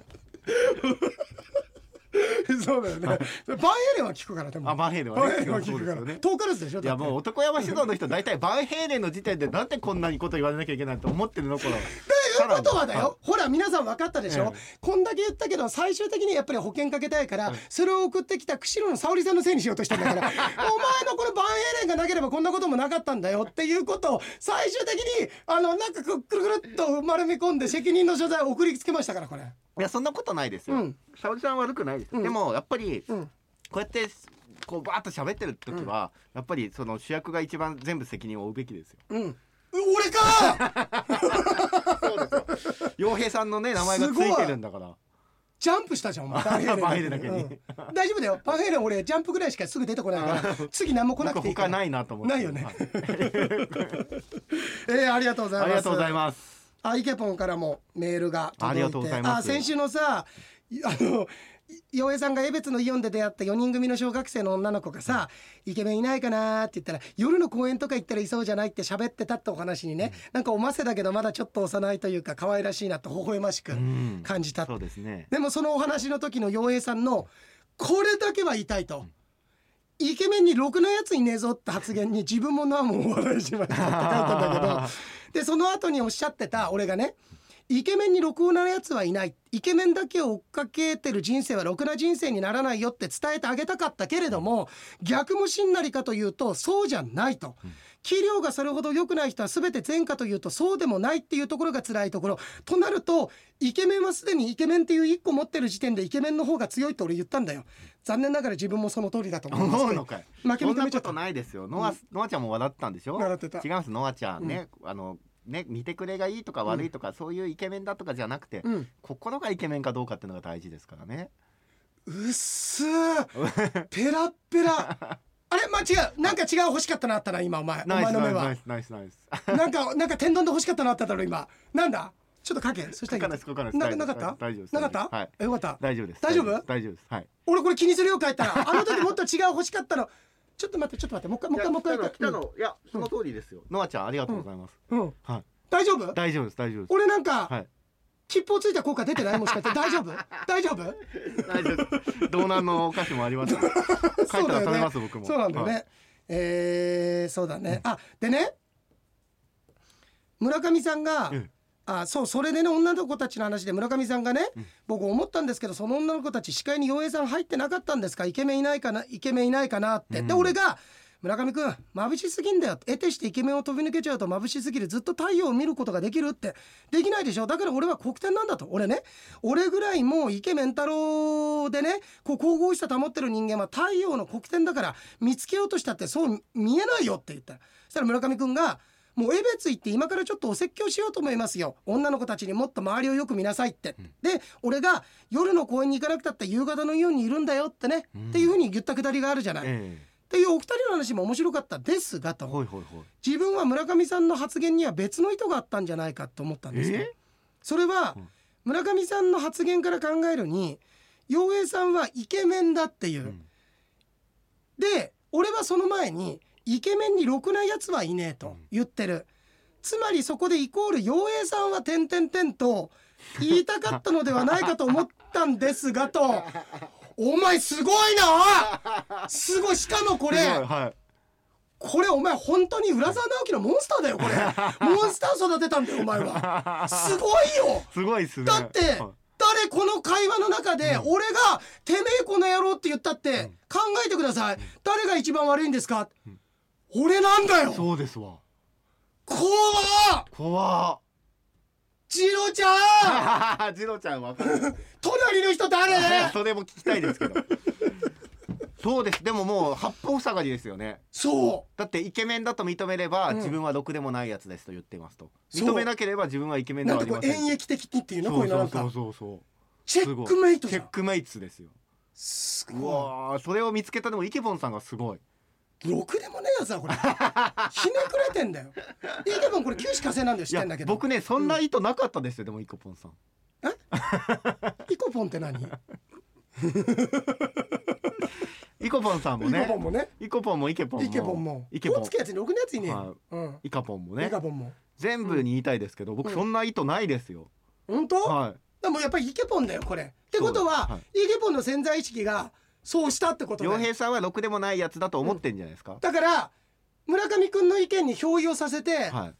Speaker 1: そうだよね。バンエレンは聞くからでも。
Speaker 2: *laughs* あバンヘイレンは
Speaker 1: バ
Speaker 2: ね
Speaker 1: ンヘイレンは聞くか
Speaker 2: そうですよ
Speaker 1: ら。
Speaker 2: ね
Speaker 1: 遠からずでしょ。
Speaker 2: いやもう
Speaker 1: う。 *laughs*
Speaker 2: 男山指導の人大体バンヘイレンの時点でなんでこんなにこと言われなきゃいけないと思ってるのこの
Speaker 1: でいうことはだ
Speaker 2: さらに
Speaker 1: よほら皆さん分かったでしょ、
Speaker 2: うん
Speaker 1: こんだけ言ったけど最終的にやっぱり保険かけたいから、
Speaker 2: うん
Speaker 1: それを送ってきた釧路の沙織さんのせいにしようとしてんだ
Speaker 2: *laughs*
Speaker 1: からお前のこのバンエーレンがなければこんなこともなかったんだよっていうことを最終的にあのなんかくくるくるっと丸め込んで責任の所在を送りつけましたからこれ。
Speaker 2: いやそんなことないです
Speaker 1: う
Speaker 2: よ、
Speaker 1: ん
Speaker 2: 沙織さんは悪くないです、
Speaker 1: うん
Speaker 2: でもやっぱり
Speaker 1: うん
Speaker 2: こうやってこうバーッと喋ってる時は、やっぱりその主役が一番全部責任を負うべきですよ
Speaker 1: うん、俺か
Speaker 2: 洋平さんのね名前がついてるんだから
Speaker 1: ジャンプしたじゃんお
Speaker 2: *laughs*
Speaker 1: 前バンヘイレン
Speaker 2: バンヘイレンだけ
Speaker 1: *laughs*
Speaker 2: に
Speaker 1: うん大丈夫だよバンヘイレン俺ジャンプぐらいしかすぐ出てこ
Speaker 2: *laughs*
Speaker 1: ないから次何も来な
Speaker 2: 僕
Speaker 1: くていいか
Speaker 2: 他
Speaker 1: ら
Speaker 2: *laughs* ないなと思って
Speaker 1: ないよね
Speaker 2: はい
Speaker 1: えーありがとうござい
Speaker 2: あ
Speaker 1: ます
Speaker 2: りがとうございます
Speaker 1: あイケポンからもメールが届いて
Speaker 2: ありがとうございます
Speaker 1: あ先週のさいあのい洋平さんが江別のイオンで出会った4人組の小学生の女の子がさ「イケメンいないかな?」って言ったら「夜の公園とか行ったらいそうじゃない?」って喋ってたってお話にね、なんかおませだけどまだちょっと幼いというか可愛らしい *laughs* なと微笑ましく
Speaker 2: うん
Speaker 1: 感じたって
Speaker 2: そうですね
Speaker 1: でもそのお話の時の陽平さんの「これだけは言いたい」と。イケメンにろくなやついねえぞって発言に自分もなもお笑いしましたって書いたんだけどでその後におっしゃってた俺がねイケメンにろくなやつはいないイケメンだけを追っかけてる人生はろくな人生にならないよって伝えてあげたかったけれども逆もしんなりかというとそうじゃないと器量がそれほど良くない人は全て善かというとそうでもないっていうところが辛いところとなるとイケメンはすでにイケメンっていう一個持ってる時点でイケメンの方が強いと俺言ったんだよ残念ながら自分もその通りだ *laughs* と思います
Speaker 2: 思うのかい
Speaker 1: 負け
Speaker 2: *laughs* そん
Speaker 1: 認
Speaker 2: な
Speaker 1: めちゃ
Speaker 2: こ
Speaker 1: っ
Speaker 2: と
Speaker 1: た
Speaker 2: ないですよノア、ノアちゃんも笑ったんでしょ
Speaker 1: 笑ってた
Speaker 2: 違いますノアちゃんね、あのね見てくれがいいとか悪いとか、そういうイケメンだとかじゃなくて、
Speaker 1: うん
Speaker 2: 心がイケメンかどうかっていうのが大事ですからね
Speaker 1: うっすーペラッペラあれまあ違うなんか違う欲しかったなあったな今お前お
Speaker 2: ナイ
Speaker 1: 前
Speaker 2: ス
Speaker 1: の目
Speaker 2: ナ
Speaker 1: は
Speaker 2: イスナイスナイスナイス
Speaker 1: なんかなんか天丼で欲しかったなあっただろ今なんだちょっとかけそした
Speaker 2: 書からないです書かないです
Speaker 1: ななかった
Speaker 2: 大丈夫です
Speaker 1: なかっ
Speaker 2: 大丈夫
Speaker 1: た
Speaker 2: ですはい
Speaker 1: えよかった
Speaker 2: 大丈夫です
Speaker 1: 大丈夫
Speaker 2: 大丈夫ですはい
Speaker 1: 俺これ気にするよ帰ったらあの時もっと違う欲しかったのちょっと待ってちょっと待ってもう一回もう一回もう一回
Speaker 2: 来たのいやその通りですよノアちゃんありがとうございます、
Speaker 1: うんうん
Speaker 2: はい
Speaker 1: 大丈夫
Speaker 2: 大丈夫です大丈夫です
Speaker 1: 俺なんか、
Speaker 2: はい
Speaker 1: 切符をついた効果出てないもしかして大丈夫大丈夫
Speaker 2: 大丈夫 *laughs* です道南のお菓子もありますよ帰ったら食べます僕も
Speaker 1: そうなんだよね、
Speaker 2: はい
Speaker 1: えー、そうだねあでね村上さんが、
Speaker 2: うん
Speaker 1: あそうそれでね女の子たちの話で村上さんがね、僕思ったんですけどその女の子たち司会に洋平さん入ってなかったんですかイケメンいないかなイケメンいないかなって、で俺が村上くん眩しすぎんだよって得てしてイケメンを飛び抜けちゃうと眩しすぎるずっと太陽を見ることができるってできないでしょだから俺は黒点なんだと俺ね俺ぐらいもうイケメン太郎でねこう神々しさ保ってる人間は太陽の黒点だから見つけようとしたってそう見えないよって言ったそしたら村上くんがもう江別行って今からちょっとお説教しようと思いますよ女の子たちにもっと周りをよく見なさいって、で俺が夜の公園に行かなくたって夕方のイオンにいるんだよってね、っていうふうに言ったくだりがあるじゃない、っ
Speaker 2: え
Speaker 1: ていうお二人の話も面白かったですが
Speaker 2: え
Speaker 1: と
Speaker 2: ほいほいほい
Speaker 1: 自分は村上さんの発言には別の意図があったんじゃないかと思ったんですよ
Speaker 2: え
Speaker 1: それは
Speaker 2: うん
Speaker 1: 村上さんの発言から考えるに陽平さんはイケメンだっていう、
Speaker 2: うん
Speaker 1: で俺はその前にイケメンにろくなやつはいねえと言ってる、つまりそこでイコール陽平さんは点々点と言いたかったのではないかと思ったんですがとお前すごいなすごいしかもこれ
Speaker 2: すごいはい
Speaker 1: これお前本当に浦沢直樹のモンスターだよこ
Speaker 2: *laughs*
Speaker 1: れモンスター育てたんだよお前 *laughs* はすごいよ
Speaker 2: すごいですね
Speaker 1: だって
Speaker 2: はい
Speaker 1: 誰この会話の中で俺が「てめえこの野郎」って言ったって考えてください誰が一番悪いんですか俺なんだよ
Speaker 2: そうですわ
Speaker 1: 怖っ
Speaker 2: 怖っ
Speaker 1: ジロちゃん
Speaker 2: *laughs* ジロちゃんわ
Speaker 1: *laughs*
Speaker 2: かる
Speaker 1: 隣の人
Speaker 2: *laughs*
Speaker 1: 誰
Speaker 2: それも聞きたいですけどそうですでももう八方塞がりですよね
Speaker 1: そ
Speaker 2: だってイケメンだと認めれば、
Speaker 1: うん
Speaker 2: 自分はろくでもないやつですと言っていますと
Speaker 1: そう
Speaker 2: 認めなければ自分はイケメ
Speaker 1: う
Speaker 2: ンで
Speaker 1: な
Speaker 2: は
Speaker 1: ん
Speaker 2: あ
Speaker 1: て
Speaker 2: り
Speaker 1: こ
Speaker 2: ま
Speaker 1: う
Speaker 2: せん
Speaker 1: 演劇的にっていうのこ
Speaker 2: そう
Speaker 1: いううの
Speaker 2: そ
Speaker 1: な
Speaker 2: うんそう
Speaker 1: か
Speaker 2: そうそう
Speaker 1: チェックメイト
Speaker 2: チ
Speaker 1: じ
Speaker 2: ェ
Speaker 1: ゃ
Speaker 2: ッ
Speaker 1: ん
Speaker 2: クメイツですよ
Speaker 1: す
Speaker 2: う
Speaker 1: ご
Speaker 2: わーそれを見つけたのもイケボンさんがすごい
Speaker 1: いろくでもねえやつだこれ *laughs* ひねくれてんだよいいけどこれ九死火星なんだよ
Speaker 2: い
Speaker 1: 知って
Speaker 2: や
Speaker 1: んだけど
Speaker 2: 僕ねそんな意図なかったですよ、でもイケボンさん
Speaker 1: イコポンって何イ
Speaker 2: イコポンさんも
Speaker 1: コ
Speaker 2: ね
Speaker 1: ポンもね
Speaker 2: イコポンもイケポンも
Speaker 1: イケボンも
Speaker 2: イケポン
Speaker 1: こつくやつにろくなやついねえ
Speaker 2: はい
Speaker 1: ようん
Speaker 2: イカポンも
Speaker 1: イ
Speaker 2: ね
Speaker 1: カポンも
Speaker 2: 全部に言いたいですけど、僕
Speaker 1: うん
Speaker 2: そんな意図ないですよ、
Speaker 1: 本当、
Speaker 2: はい
Speaker 1: でもやっぱりイケポンだよこれってことは、
Speaker 2: そうだは
Speaker 1: イケポンの潜在意識がそうしたってことだ
Speaker 2: 洋
Speaker 1: よ
Speaker 2: 平さんはろくでもないやつだと思ってんじゃないですか、
Speaker 1: だから村上君の意見に憑依をさせて、
Speaker 2: はい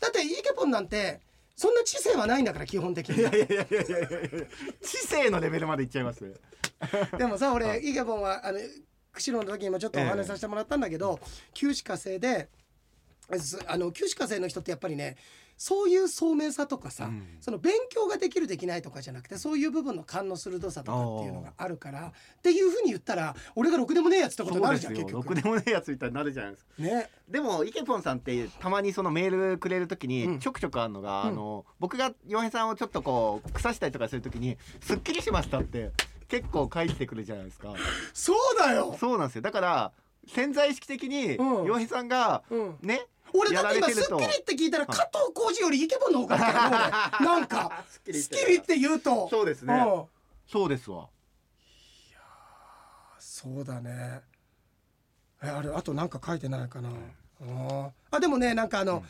Speaker 1: だってイケポンなんてそんな知性はないんだから基本的に
Speaker 2: いやいやいやいやいや知性のレベルまでいっちゃいますね
Speaker 1: でもさ俺イケボンはあの釧路の時にもちょっとお話しさせてもらったんだけど、旧歯科生ですあの旧歯科生の人ってやっぱりねそういう聡明さとかさ、
Speaker 2: うん
Speaker 1: その勉強ができるできないとかじゃなくてそういう部分の勘の鋭さとかっていうのがあるからっていうふうに言ったら俺がろくでもねえやつってことになるじゃん結
Speaker 2: ろ
Speaker 1: 局
Speaker 2: くでもねえやつみたいになるじゃないですか
Speaker 1: ね
Speaker 2: でもイケポンさんってたまにそのメールくれるとき
Speaker 1: うん
Speaker 2: にちょくちょくあるのが、
Speaker 1: うん
Speaker 2: あの僕が洋平さんをちょっとこう腐したりとかするときに「すっきりしました」って結構書いてくるじゃないですか
Speaker 1: そうだよ、
Speaker 2: そうなんですよだから潜在意識的に
Speaker 1: うん
Speaker 2: 洋平さんが
Speaker 1: うん、
Speaker 2: ね
Speaker 1: 俺だって今「
Speaker 2: やられて
Speaker 1: ス
Speaker 2: る
Speaker 1: ッ
Speaker 2: と
Speaker 1: キリ」って聞いたら
Speaker 2: はい
Speaker 1: 加藤浩次よりイケボンの方がいいから俺なんか「ス
Speaker 2: *laughs* ス
Speaker 1: ッ
Speaker 2: ッ
Speaker 1: キ
Speaker 2: キリ
Speaker 1: リ」
Speaker 2: って
Speaker 1: って言うと
Speaker 2: そうですね
Speaker 1: ん
Speaker 2: そうですわ
Speaker 1: そうだねえあれあとなんか書いてないかな、あーあでもねなんかあの、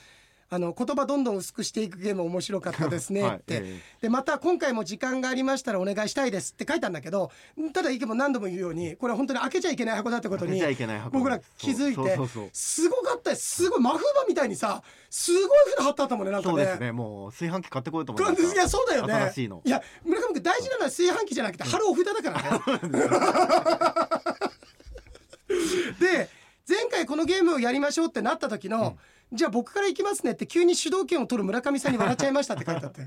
Speaker 1: あの言葉どんどん薄くしていくゲーム面白かったですね
Speaker 2: はい
Speaker 1: って、
Speaker 2: ええ
Speaker 1: でまた今回も時間がありましたらお願いしたいですって書いたんだけどただいけも何度も言うようにこれは本当に開けちゃいけない箱だってこと
Speaker 2: 開け
Speaker 1: に
Speaker 2: ちゃいけない箱
Speaker 1: 僕ら気づい
Speaker 2: そうそうそう
Speaker 1: て
Speaker 2: そう
Speaker 1: すごかったですすごいマフーバみたいにさすごい筆貼ってあったもんねなんか
Speaker 2: そう
Speaker 1: ね
Speaker 2: ですねもう炊飯器買ってこようと思いました
Speaker 1: いやそうだよね
Speaker 2: 新しいの
Speaker 1: や村上君大事なのは炊飯器じゃなくて春お札だ
Speaker 2: *laughs*
Speaker 1: からね *laughs* で前回このゲームをやりましょうってなった時の、じゃあ僕から行きますねって急に主導権を取る村上さんに笑っちゃいましたって書いてあって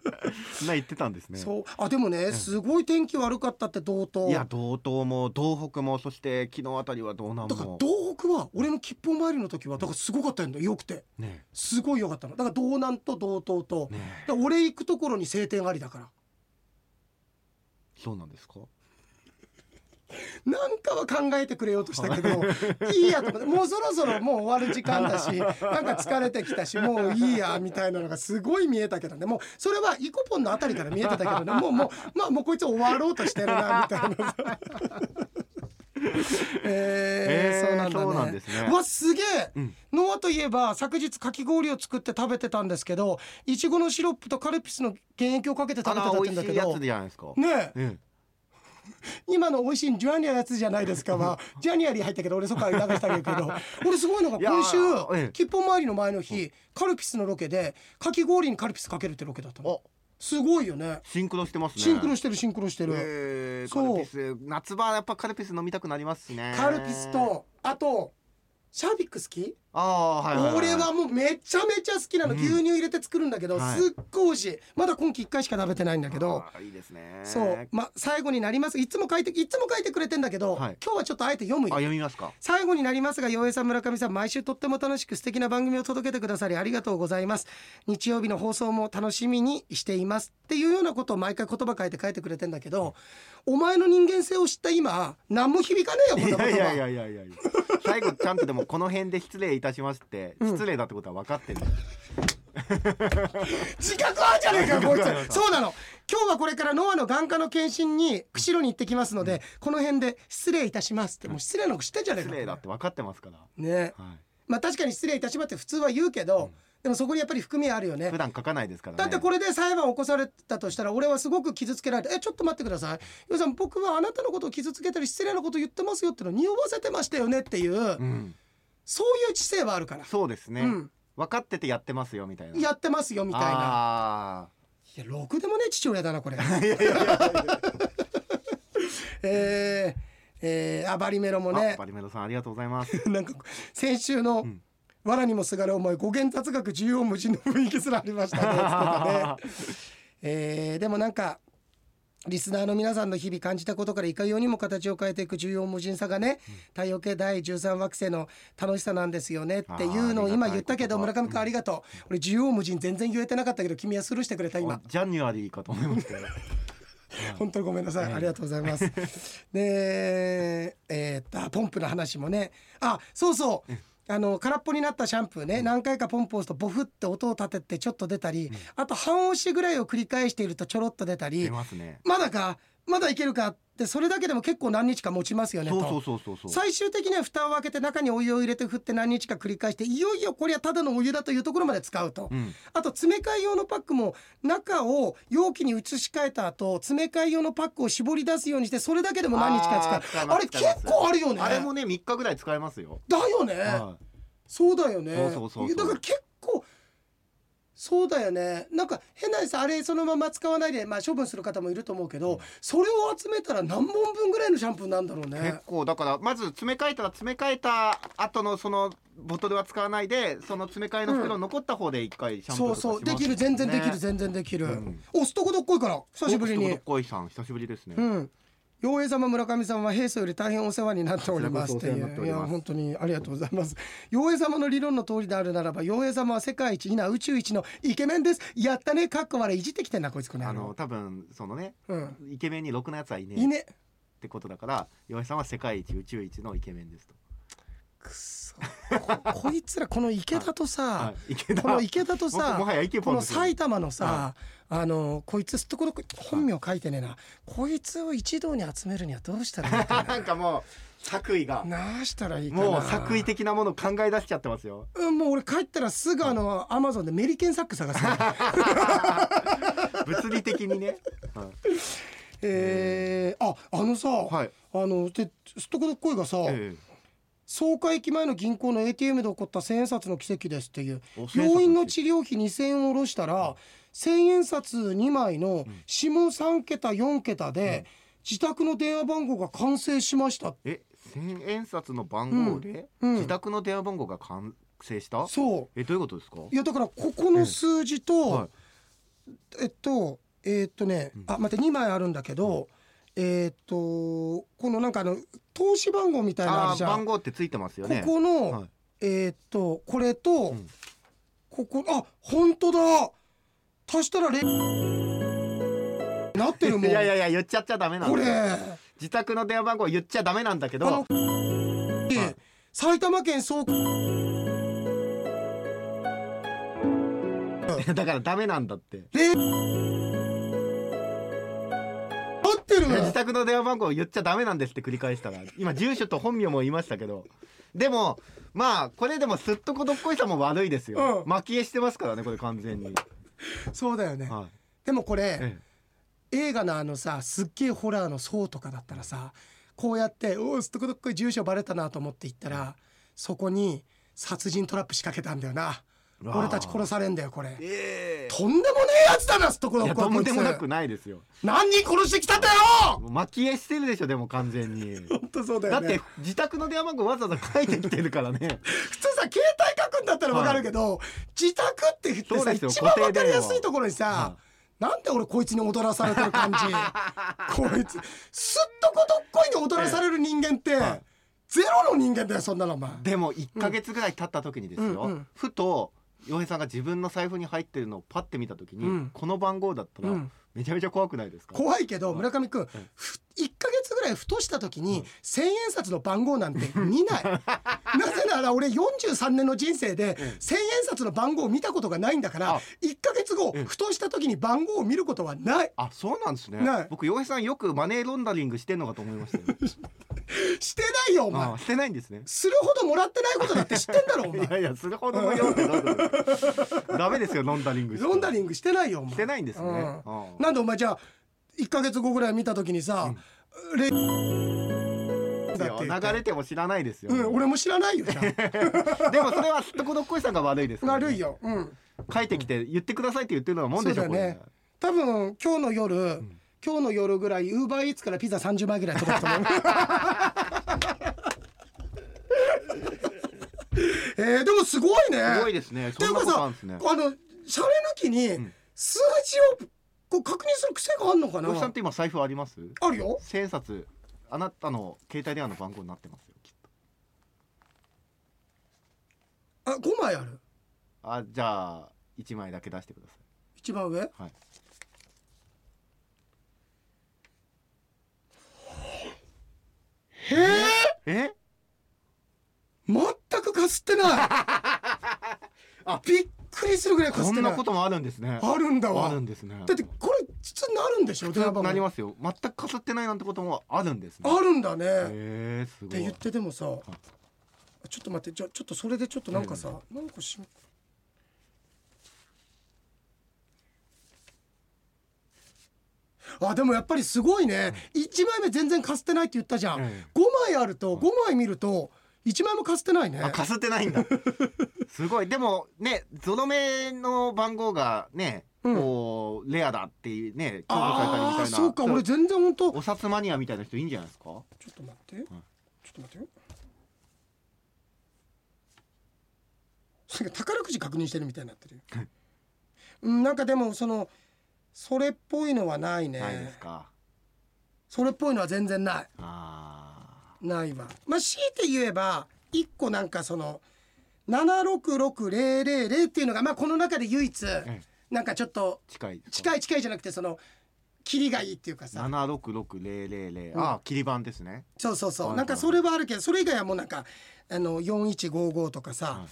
Speaker 2: *laughs* そんな言ってたんですね
Speaker 1: そうあでもねすごい天気悪かったって同等
Speaker 2: いや道東も道北もそして昨日あたりは道南
Speaker 1: だから
Speaker 2: も
Speaker 1: 東北は俺の吉報周りの時はだからすごかったんだよよくて
Speaker 2: ね
Speaker 1: すごい良かったのだから道南と道東と、
Speaker 2: ね
Speaker 1: だから俺行くところに晴天ありだから
Speaker 2: そうなんですか
Speaker 1: なんかは考えてくれようとしたけどいいやと思ってもうそろそろもう終わる時間だしなんか疲れてきたしもういいやみたいなのがすごい見えたけどねもうそれはイコポンのあたりから見えてたけどねもうもうまあもうこいつ終わろうとしてるなみたいな。えー
Speaker 2: えー
Speaker 1: そうなんだね
Speaker 2: そうなんですね
Speaker 1: うわすげえ、
Speaker 2: うん
Speaker 1: ノアといえば昨日かき氷を作って食べてたんですけどいちごのシロップとカルピスの原液をかけて食べてたって
Speaker 2: あ
Speaker 1: 言
Speaker 2: 美
Speaker 1: うん
Speaker 2: 味
Speaker 1: だ
Speaker 2: し
Speaker 1: け
Speaker 2: いや
Speaker 1: ど
Speaker 2: つじゃないですか
Speaker 1: ねえ
Speaker 2: うん
Speaker 1: 今の美味しいジュアニアのやつじゃないですかは
Speaker 2: *laughs*
Speaker 1: ジャニアリー入ったけど俺そこから流してあげるけど俺すごいのが
Speaker 2: いや
Speaker 1: 今週
Speaker 2: ーええ
Speaker 1: 吉報周りの前の日カルピスのロケでかき氷にカルピスかけるってロケだったの
Speaker 2: あ
Speaker 1: すごいよね
Speaker 2: シンクロしてますね
Speaker 1: シンクロ
Speaker 2: し
Speaker 1: してるシンクロして
Speaker 2: て
Speaker 1: る
Speaker 2: えー、
Speaker 1: そう
Speaker 2: カルピス夏場はやっぱカルピス飲みたくなりますしね
Speaker 1: カルピスとあとシャービック好き
Speaker 2: ああーはいはい、い、
Speaker 1: 俺はもうめちゃめちゃ好きなの
Speaker 2: うん
Speaker 1: 牛乳入れて作るんだけど
Speaker 2: はい
Speaker 1: すっごい美味しいまだ今季1回しか食べてないんだけど
Speaker 2: あーいいですね
Speaker 1: そうまあ最後になりますいつも書いていつも書いてくれてんだけど
Speaker 2: はい
Speaker 1: 今日はちょっとあえて読む
Speaker 2: あ
Speaker 1: よ
Speaker 2: 読みますか
Speaker 1: 最後になりますが洋平さん村上さん毎週とっても楽しく素敵な番組を届けてくださりありがとうございます日曜日の放送も楽しみにしていますっていうようなことを毎回言葉変えて書いてくれてんだけどお前の人間性を知った今何も響かねえよ
Speaker 2: い
Speaker 1: この
Speaker 2: やい
Speaker 1: 言
Speaker 2: や
Speaker 1: 葉
Speaker 2: いやいやいやいや最後ちゃんとでもこの辺で失礼いたしますって、
Speaker 1: うん
Speaker 2: 失礼だってことは分かってる
Speaker 1: 自覚あるじゃねえかよこい
Speaker 2: 自覚ありま
Speaker 1: つ
Speaker 2: す
Speaker 1: そうなの今日はこれからノアの眼科の検診に釧路に行ってきますのでこの辺で失礼いたしますってもう失礼なの知ってんじゃねえ
Speaker 2: 失
Speaker 1: か
Speaker 2: 礼だって分かってますから、
Speaker 1: ね
Speaker 2: は
Speaker 1: まあ確かに失礼いたしますって普通は言うけどでもそこにやっぱり含みあるよ
Speaker 2: い、
Speaker 1: ね
Speaker 2: 普段書かないですからね
Speaker 1: だってこれで裁判を起こされたとしたら俺はすごく傷つけられて「えちょっと待ってください」「よさん僕はあなたのことを傷つけたり失礼なことを言ってますよ」ってのを匂わせてましたよねっていう、
Speaker 2: うん、
Speaker 1: そういう知性はあるから、
Speaker 2: そうですね、
Speaker 1: うん
Speaker 2: 分かっててやってますよみたいな
Speaker 1: やってますよみたいな
Speaker 2: あ
Speaker 1: いやろくでもね父親だ
Speaker 2: *laughs*
Speaker 1: なこれ *laughs* えーえー、あバリメロも
Speaker 2: ー、
Speaker 1: ね
Speaker 2: あバリメロさんありがとうございます
Speaker 1: なんか先週の、
Speaker 2: ん
Speaker 1: わらにもすがる思い語源雑学縦横無尽の雰囲気すらありましたね」とかね。えーでもなんかリスナーの皆さんの日々感じたことからいかようにも形を変えていく重要無人さがね、太陽系第13惑星の楽しさなんですよねっていうのを
Speaker 2: あーありがたい
Speaker 1: 今言ったけど
Speaker 2: 言葉
Speaker 1: 村上君ありがとう、俺縦横無尽全然言えてなかったけど君はスルーしてくれた今
Speaker 2: ジャニュアリーかと思いましたよ
Speaker 1: 本当にごめんなさい、
Speaker 2: ええ
Speaker 1: ありがとうございます
Speaker 2: *laughs*
Speaker 1: でえーっとあポンプの話もねあそうそうあの空っぽになったシャンプーね、何回かポンプを押すとボフって音を立ててちょっと出たり、あと半押しぐらいを繰り返しているとちょろっと出たり
Speaker 2: 出ますね
Speaker 1: まだかまだいけるかってそれだけでも結構何日か持ちますよねと
Speaker 2: そうそうそうそうそう
Speaker 1: 最終的には蓋を開けて中にお湯を入れて振って何日か繰り返していよいよこれはただのお湯だというところまで使うと、
Speaker 2: うん
Speaker 1: あと詰め替え用のパックも中を容器に移し替えた後詰め替え用のパックを絞り出すようにしてそれだけでも何日か
Speaker 2: ー
Speaker 1: 使
Speaker 2: 使いう
Speaker 1: あ
Speaker 2: ます
Speaker 1: れ結
Speaker 2: 使います
Speaker 1: 構あるよね
Speaker 2: あれもね3日ぐらい使えますよ、
Speaker 1: だよね、
Speaker 2: は
Speaker 1: そうだよね
Speaker 2: そうそうそうそう
Speaker 1: だから結構そうだよねなんか変なさあれそのまま使わないで、まあ、処分する方もいると思うけど、それを集めたら何本分ぐらいのシャンプーなんだろうね
Speaker 2: 結。構だからまず詰め替えたら詰め替えた後のそのボトルは使わないでその詰め替えの袋残った方で一回シャンプー
Speaker 1: そう
Speaker 2: とかします
Speaker 1: そうできる全然できる、
Speaker 2: ね
Speaker 1: 全然できる、
Speaker 2: ん
Speaker 1: おすとこどっこいから久しぶり
Speaker 2: お
Speaker 1: に
Speaker 2: どっこいさん久しぶりですね、
Speaker 1: うん陽平様村上様は平素より大変お世話になっておりますってい
Speaker 2: こちらこそお世話になって
Speaker 1: うい
Speaker 2: おり
Speaker 1: や
Speaker 2: ます
Speaker 1: 本当にありがとうございます陽平様の理論の通りであるならば陽平様は世界一いな宇宙一のイケメンですやったねかっこ悪いいじってきてんなこいつこの
Speaker 2: あ
Speaker 1: 野
Speaker 2: の
Speaker 1: 郎
Speaker 2: 多分そのね
Speaker 1: うん
Speaker 2: イケメンにろくなやつはいねえ
Speaker 1: いいね
Speaker 2: ってことだから岩井さんは世界一宇宙一のイケメンですと。
Speaker 1: くそここいつらこの池田とさ、
Speaker 2: はい、池田
Speaker 1: この池田とさ
Speaker 2: ももはやイケポ
Speaker 1: こ
Speaker 2: ン
Speaker 1: の
Speaker 2: ですよ
Speaker 1: 埼玉のさ、あのこいつすっとこどっこい本名書いてねえなこいつを一堂に集めるにはどうしたらいい
Speaker 2: *laughs*
Speaker 1: か
Speaker 2: なんかもう作為が
Speaker 1: ななあしたらいいかな
Speaker 2: もう作為的なものを考え出しちゃってますよ。
Speaker 1: うん、もう俺帰ったらすぐあのアマゾンでメリケンサック探す *laughs* よ、
Speaker 2: 物理的にね。はい
Speaker 1: えー、ああのさ、
Speaker 2: はい
Speaker 1: あのでストコドッコイがさ、
Speaker 2: え
Speaker 1: 草加駅前の銀行の ATM で起こった千円札の奇跡ですっていう
Speaker 2: お千円札の奇跡
Speaker 1: 病院の治療費2,000円を下ろしたら千円札2枚の指紋3桁4桁で自宅の電話番号が完成しました、
Speaker 2: ええ千円札の番号で、
Speaker 1: うんうん
Speaker 2: 自宅の電話番号が完成した？
Speaker 1: そう
Speaker 2: えどういうことですか？
Speaker 1: いやだからここの数字と、
Speaker 2: はい
Speaker 1: えっとえーっとね、あ待って2枚あるんだけど、えーっとこのなんかあの投資番号みたいなのあ
Speaker 2: あ
Speaker 1: るじ
Speaker 2: ー
Speaker 1: ゃ
Speaker 2: 番
Speaker 1: ん、
Speaker 2: 号ってついてますよ
Speaker 1: こ
Speaker 2: ね。
Speaker 1: この、
Speaker 2: はい
Speaker 1: えーっとこれと、
Speaker 2: ん
Speaker 1: ここあ本当だ足したられなってるもん
Speaker 2: いやいやいや言っちゃっちゃダメなん
Speaker 1: こ
Speaker 2: だ
Speaker 1: れ
Speaker 2: よ
Speaker 1: あ
Speaker 2: 自宅の電話番号言っちゃダメなんだけど *laughs*
Speaker 1: の、埼玉県総
Speaker 2: だからダメなんだって
Speaker 1: れ合ってる
Speaker 2: 自宅の電話番号を言っちゃダメなんですって繰り返したら今住所と本名も言いましたけどでもまあこれでもすっとこどっこいさも悪いですよ、
Speaker 1: うん
Speaker 2: 巻き絵してますからねこれ完全に、
Speaker 1: そうだよね、
Speaker 2: はい
Speaker 1: でもこれ、
Speaker 2: え
Speaker 1: 映画のあのさすっげえホラーの「層とかだったらさこうやって「おおすっとこどっこい住所バレたな」と思って行ったらそこに殺人トラップ仕掛けたんだよな
Speaker 2: うわー
Speaker 1: 俺たち殺されんだよこれ
Speaker 2: え
Speaker 1: とんでもねえやつだなすっとこど
Speaker 2: い
Speaker 1: っ
Speaker 2: や
Speaker 1: こといこ
Speaker 2: ん
Speaker 1: いつ
Speaker 2: でもなくないですよ
Speaker 1: 何人殺してきたんだよ
Speaker 2: もう巻き絵してるでしょでも完全に
Speaker 1: 本当そうだ
Speaker 2: だ
Speaker 1: よ
Speaker 2: っ
Speaker 1: ね
Speaker 2: て自宅の電話番号わざわざ書いてきてるからね
Speaker 1: 普通さ携帯書くんだったらわかるけど、自宅って言って
Speaker 2: そう
Speaker 1: さ
Speaker 2: ですよ
Speaker 1: 一番
Speaker 2: 固
Speaker 1: わ
Speaker 2: 定
Speaker 1: か
Speaker 2: 電
Speaker 1: り
Speaker 2: 話
Speaker 1: やすいところにさ
Speaker 2: は、
Speaker 1: なんで俺こいつに踊らされてる感じ *laughs* こいつすっとこどっこいに踊らされる人間って、
Speaker 2: はい
Speaker 1: ゼロの人間だよそんなのお前
Speaker 2: でも1か月ぐらい経った時にですよ、
Speaker 1: うんうん
Speaker 2: ふと洋平さんが自分の財布に入ってるのをパッて見た時に、
Speaker 1: うん
Speaker 2: この番号だったら
Speaker 1: うん
Speaker 2: めちゃめちゃ怖くないですか、
Speaker 1: 怖いけど村上君、ふ一1か月ぐらいふとした時に、千円札の番号なんて
Speaker 2: *laughs*
Speaker 1: 見ないなぜなら俺43年の人生で千円札の番号を見たことがないんだから
Speaker 2: あ
Speaker 1: 1か月後、
Speaker 2: うん
Speaker 1: ふとした時に番号を見ることはない
Speaker 2: あ、そうなんですね
Speaker 1: ない。
Speaker 2: 僕洋平さんよくマネーロンダリングしてんのかと思いましたよ。
Speaker 1: してない *laughs* よお前
Speaker 2: あ、してないんですね。
Speaker 1: するほどもらってないことだって知ってんだろお
Speaker 2: い
Speaker 1: 前
Speaker 2: *laughs* やいや、するほどのよってどうぞダメですよ、ロンダリングして。
Speaker 1: ロンダリングしてないよお前
Speaker 2: してないんですね
Speaker 1: う
Speaker 2: ああ
Speaker 1: なんでお前じゃあ1か月後ぐらい見た時にさ、レ
Speaker 2: ですよ流れても知らないですよ。
Speaker 1: うん、俺も知らないよじゃ
Speaker 2: *laughs* でもそれはすっとこどっこいさんが悪いです
Speaker 1: あ
Speaker 2: からね、
Speaker 1: 悪いようん
Speaker 2: 書いてきて言ってくださいって言ってるのはもんでし
Speaker 1: そ
Speaker 2: ょ、
Speaker 1: う
Speaker 2: こ
Speaker 1: だね
Speaker 2: れ。
Speaker 1: 多分今日の夜、今日の夜ぐらいウーバーイーツからピザ30枚ぐらい届くと
Speaker 2: *laughs*
Speaker 1: 思うえー、でもすごいね
Speaker 2: すごいですね。
Speaker 1: ってい
Speaker 2: そん
Speaker 1: う
Speaker 2: な
Speaker 1: か
Speaker 2: ことあ
Speaker 1: さ、
Speaker 2: るんですね。
Speaker 1: あのシャレ抜きに数字をこう確認する癖があるのかな、
Speaker 2: 洋平さんって今財布あります
Speaker 1: あるよ
Speaker 2: 千円札、あなたの携帯電話の番号になってますよ、きっと。
Speaker 1: あ5枚ある
Speaker 2: あ、じゃあ、1枚だけ出してくださ
Speaker 1: 一番上
Speaker 2: い。はい。
Speaker 1: へえ
Speaker 2: え
Speaker 1: 全くかすって *laughs* ない
Speaker 2: あ
Speaker 1: びっくりするぐらいかす
Speaker 2: こ
Speaker 1: って
Speaker 2: ん
Speaker 1: ない
Speaker 2: なこともあるんですね。
Speaker 1: あるんだわ
Speaker 2: あるんですね。
Speaker 1: だってこれ実はなるんでしょ電話番号
Speaker 2: なりますよ。全くかすってないなんてこともあるんですね。
Speaker 1: あるんだね、
Speaker 2: へえす
Speaker 1: っ
Speaker 2: ご
Speaker 1: て
Speaker 2: い。
Speaker 1: 言ってでもさちょっと待ってじゃあちょっとそれでちょっとなんかさ、なんかしあでもやっぱりすごいね、一1枚目全然かすってないって言ったじゃん、
Speaker 2: うん
Speaker 1: 5枚あると5枚見ると一枚もかすってないね
Speaker 2: あかすってない
Speaker 1: *laughs*
Speaker 2: んだすごいでもねゾロ目の番号がね、
Speaker 1: うん
Speaker 2: こうレアだっていうね重宝されたりみ
Speaker 1: あ
Speaker 2: た
Speaker 1: あ
Speaker 2: いな
Speaker 1: そうか俺全然本当ちょ
Speaker 2: お札マニアみたいな人いいんじゃないですか
Speaker 1: っと待って、ちょっと待ってよなんか宝くじ確認してるみたいになって
Speaker 2: *laughs*
Speaker 1: るようんなんかでもそのそれっぽいのはないね
Speaker 2: ないですか
Speaker 1: それっぽいのは全然ない
Speaker 2: あ
Speaker 1: ないわまあ強いて言えば一個なんかその766000っていうのがまあこの中で唯一
Speaker 2: え
Speaker 1: なんかちょっと
Speaker 2: ー近いですか
Speaker 1: 近い近いじゃなくてそのキリがいいっていうかさ
Speaker 2: 七六六零零零
Speaker 1: うん
Speaker 2: あー切り板ですね
Speaker 1: そうそう
Speaker 2: は
Speaker 1: そ
Speaker 2: いうは
Speaker 1: ないんかそれはあるけどそれ以外はもうなんかあの4155とかさ
Speaker 2: はい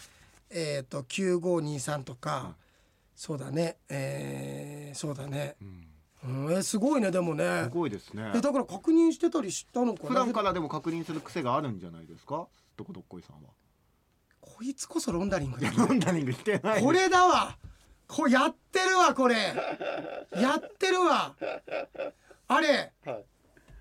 Speaker 1: えっと9523とかそうだねえーそうだね
Speaker 2: うん
Speaker 1: うんえーすごいねでもね
Speaker 2: すごいですね
Speaker 1: えだから確認してたりしたのか
Speaker 2: 普
Speaker 1: な
Speaker 2: 段からでも確認する癖があるんじゃないですかどこどっこいさんは
Speaker 1: *laughs* こいつこそロンダリング
Speaker 2: い
Speaker 1: だ
Speaker 2: やロンダリングしてない
Speaker 1: これだわこれやってるわこれやってるわあれ
Speaker 2: はい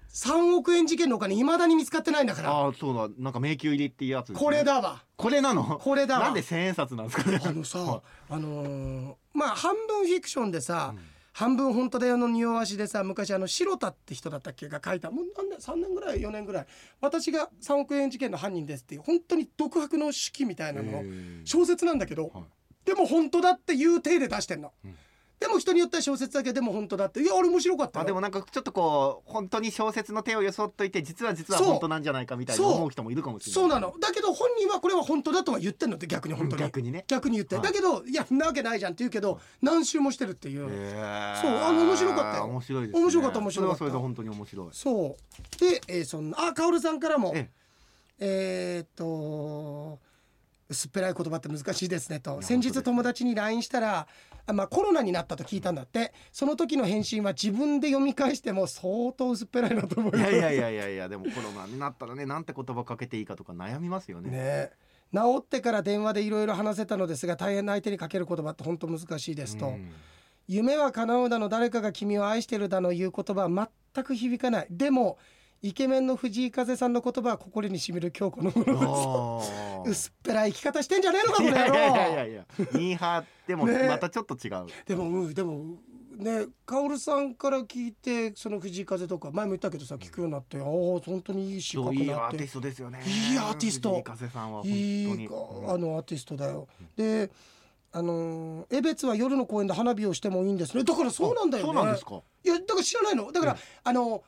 Speaker 1: 3億円事件のお金いまだに見つかってないんだから
Speaker 2: ああそうだなんか迷宮入りっていうやつですね
Speaker 1: これだわ
Speaker 2: これなの
Speaker 1: これだわ
Speaker 2: なんで千円札なんですかね
Speaker 1: あのさ
Speaker 2: は
Speaker 1: あのーまあ半分フィクションでさ、
Speaker 2: うん
Speaker 1: 半分本当だよの匂わしでさ昔あの白田って人だったっけが書いたもう何年3年ぐらい4年ぐらい私が3億円事件の犯人ですっていう本当に独白の手記みたいなのを
Speaker 2: へー
Speaker 1: 小説なんだけど、
Speaker 2: はい
Speaker 1: でも本当だっていう体で出してんの、
Speaker 2: うん
Speaker 1: でも人によっては小説だけでも本当だっていやあれ面白かった
Speaker 2: あ
Speaker 1: よ
Speaker 2: でもなんかちょっとこう本当に小説の手をよそっといて実は実は
Speaker 1: そう
Speaker 2: 本当なんじゃないかみたいな
Speaker 1: そう
Speaker 2: 思う人もいるかもしれない
Speaker 1: そうなのだけど本人はこれは本当だとは言ってんのって逆に本当に
Speaker 2: 逆にね
Speaker 1: 逆に言って、
Speaker 2: はい
Speaker 1: だけどいやんなわけないじゃんって言うけど何周もしてるっていう、
Speaker 2: そ
Speaker 1: そうあの面白かったよ
Speaker 2: 面白いですね
Speaker 1: 面白かった面白かった
Speaker 2: それはそれで本当に面白い
Speaker 1: そうで、えーそんなあカオルさんからも
Speaker 2: え
Speaker 1: えーっと薄っぺらい言葉って難しいですねと
Speaker 2: や
Speaker 1: 先
Speaker 2: 本当
Speaker 1: 日
Speaker 2: ですね
Speaker 1: 友達に LINE したら、あまあ、コロナになったと聞いたんだってその時の返信は自分で読み返しても相当薄っぺらいなと思い
Speaker 2: い
Speaker 1: ます
Speaker 2: やいやいやいやいやでもコロナになったらねなんて言葉かけていいかとか悩みますよね
Speaker 1: ね治ってから電話でいろいろ話せたのですが大変な相手にかける言葉って本当難しいですと、
Speaker 2: うん
Speaker 1: 夢は叶うだの誰かが君を愛してるだのいう言葉は全く響かないでもイケメンの藤井風さんの言葉は心にしみる京子のものです *laughs*
Speaker 2: あー
Speaker 1: 薄っぺらい生き方してんじゃねえのか
Speaker 2: い
Speaker 1: この
Speaker 2: やいやい
Speaker 1: 野
Speaker 2: や
Speaker 1: 郎
Speaker 2: いやミーハーでも
Speaker 1: ね
Speaker 2: またちょっと違う、
Speaker 1: でもうんでもね薫さんから聞いてその藤井風とか前も言ったけどさ聞くようになってああ本当にいい詩書
Speaker 2: そう
Speaker 1: く
Speaker 2: いい
Speaker 1: なっ
Speaker 2: アーテ
Speaker 1: て
Speaker 2: ィストですよね
Speaker 1: いいアーティスト
Speaker 2: 藤井風さんは本当
Speaker 1: い
Speaker 2: に
Speaker 1: いかあのアーティストだよ。で、あのー、江別は夜の公園で花火をしてもいいんですね。だからそうなんだよね。
Speaker 2: そうなんですか
Speaker 1: いやだから知らないの。だから、
Speaker 2: うん
Speaker 1: あの